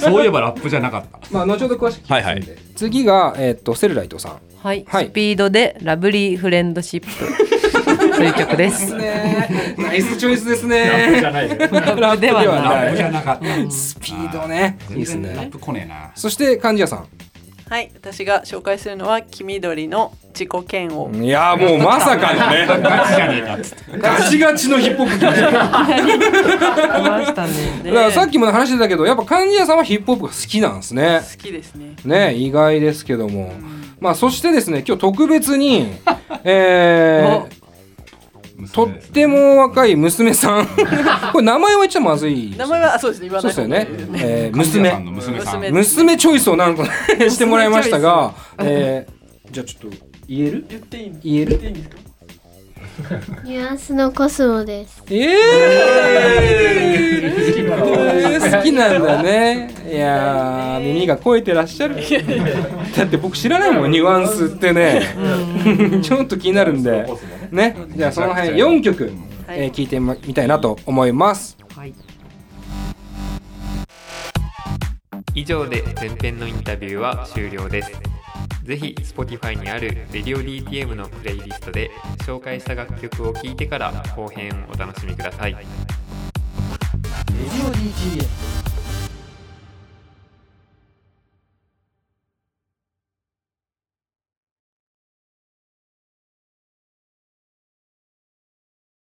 Speaker 2: そういえばラップじゃなかった
Speaker 1: まあ後ほど詳しく聞きますんで、
Speaker 2: はいはい
Speaker 1: 次が、えっとセルライトさん
Speaker 3: はい、
Speaker 1: はい
Speaker 3: スピードでラブリーフレンドシップ という曲です。
Speaker 1: ねナイスチョイスですね
Speaker 2: ゃないです
Speaker 3: ラップでは
Speaker 1: ラ
Speaker 3: な
Speaker 1: ップ
Speaker 3: い。
Speaker 1: じゃ
Speaker 2: なかった
Speaker 1: スピードねいいです
Speaker 2: ラッ
Speaker 1: ね
Speaker 2: プ来ねえな
Speaker 1: そして貫地谷さ
Speaker 6: はい私が紹介するのは黄緑の自己嫌悪
Speaker 1: んいやーもうまさかのね
Speaker 2: ガチじゃねえかっつって
Speaker 1: ガチガチのヒップホップ来ましたね
Speaker 3: 来ましたね。
Speaker 1: だからさっきも話してたけどやっぱ貫地谷さんはヒップホップが好きなんですね
Speaker 6: 好きですね
Speaker 1: ね意外ですけどもまあそしてですね今日特別 にえーとっても若い娘さ んこれ名前は言っちゃまずい
Speaker 6: 名前はあそうですね言わ
Speaker 1: そう
Speaker 6: な
Speaker 1: ですよ
Speaker 6: い方がい
Speaker 1: ね
Speaker 6: いです、
Speaker 1: えー、
Speaker 2: 娘さん
Speaker 1: 娘
Speaker 2: の娘さん
Speaker 6: 娘
Speaker 1: 娘チョイスをなんとしてもらいましたが、えー、じゃあちょっと言える
Speaker 6: 言っていいの
Speaker 1: 言え
Speaker 6: 言っ
Speaker 1: る
Speaker 6: ていいんですか
Speaker 7: ニュアンスのコスモです。
Speaker 1: えー、えー好きなんだねいやー耳が肥えてらっしゃるだって僕知らないもんニュアンスってね ちょっと気になるんでねじゃあその辺4曲聴、
Speaker 6: はい
Speaker 1: えー、聞いてみたいなと思います
Speaker 3: はい。
Speaker 8: 以上で前編のインタビューは終了ですぜひ Spotify にある「RadioDTM」のプレイリストで紹介した楽曲を聴いてから後編をお楽しみください
Speaker 4: レディオ DTM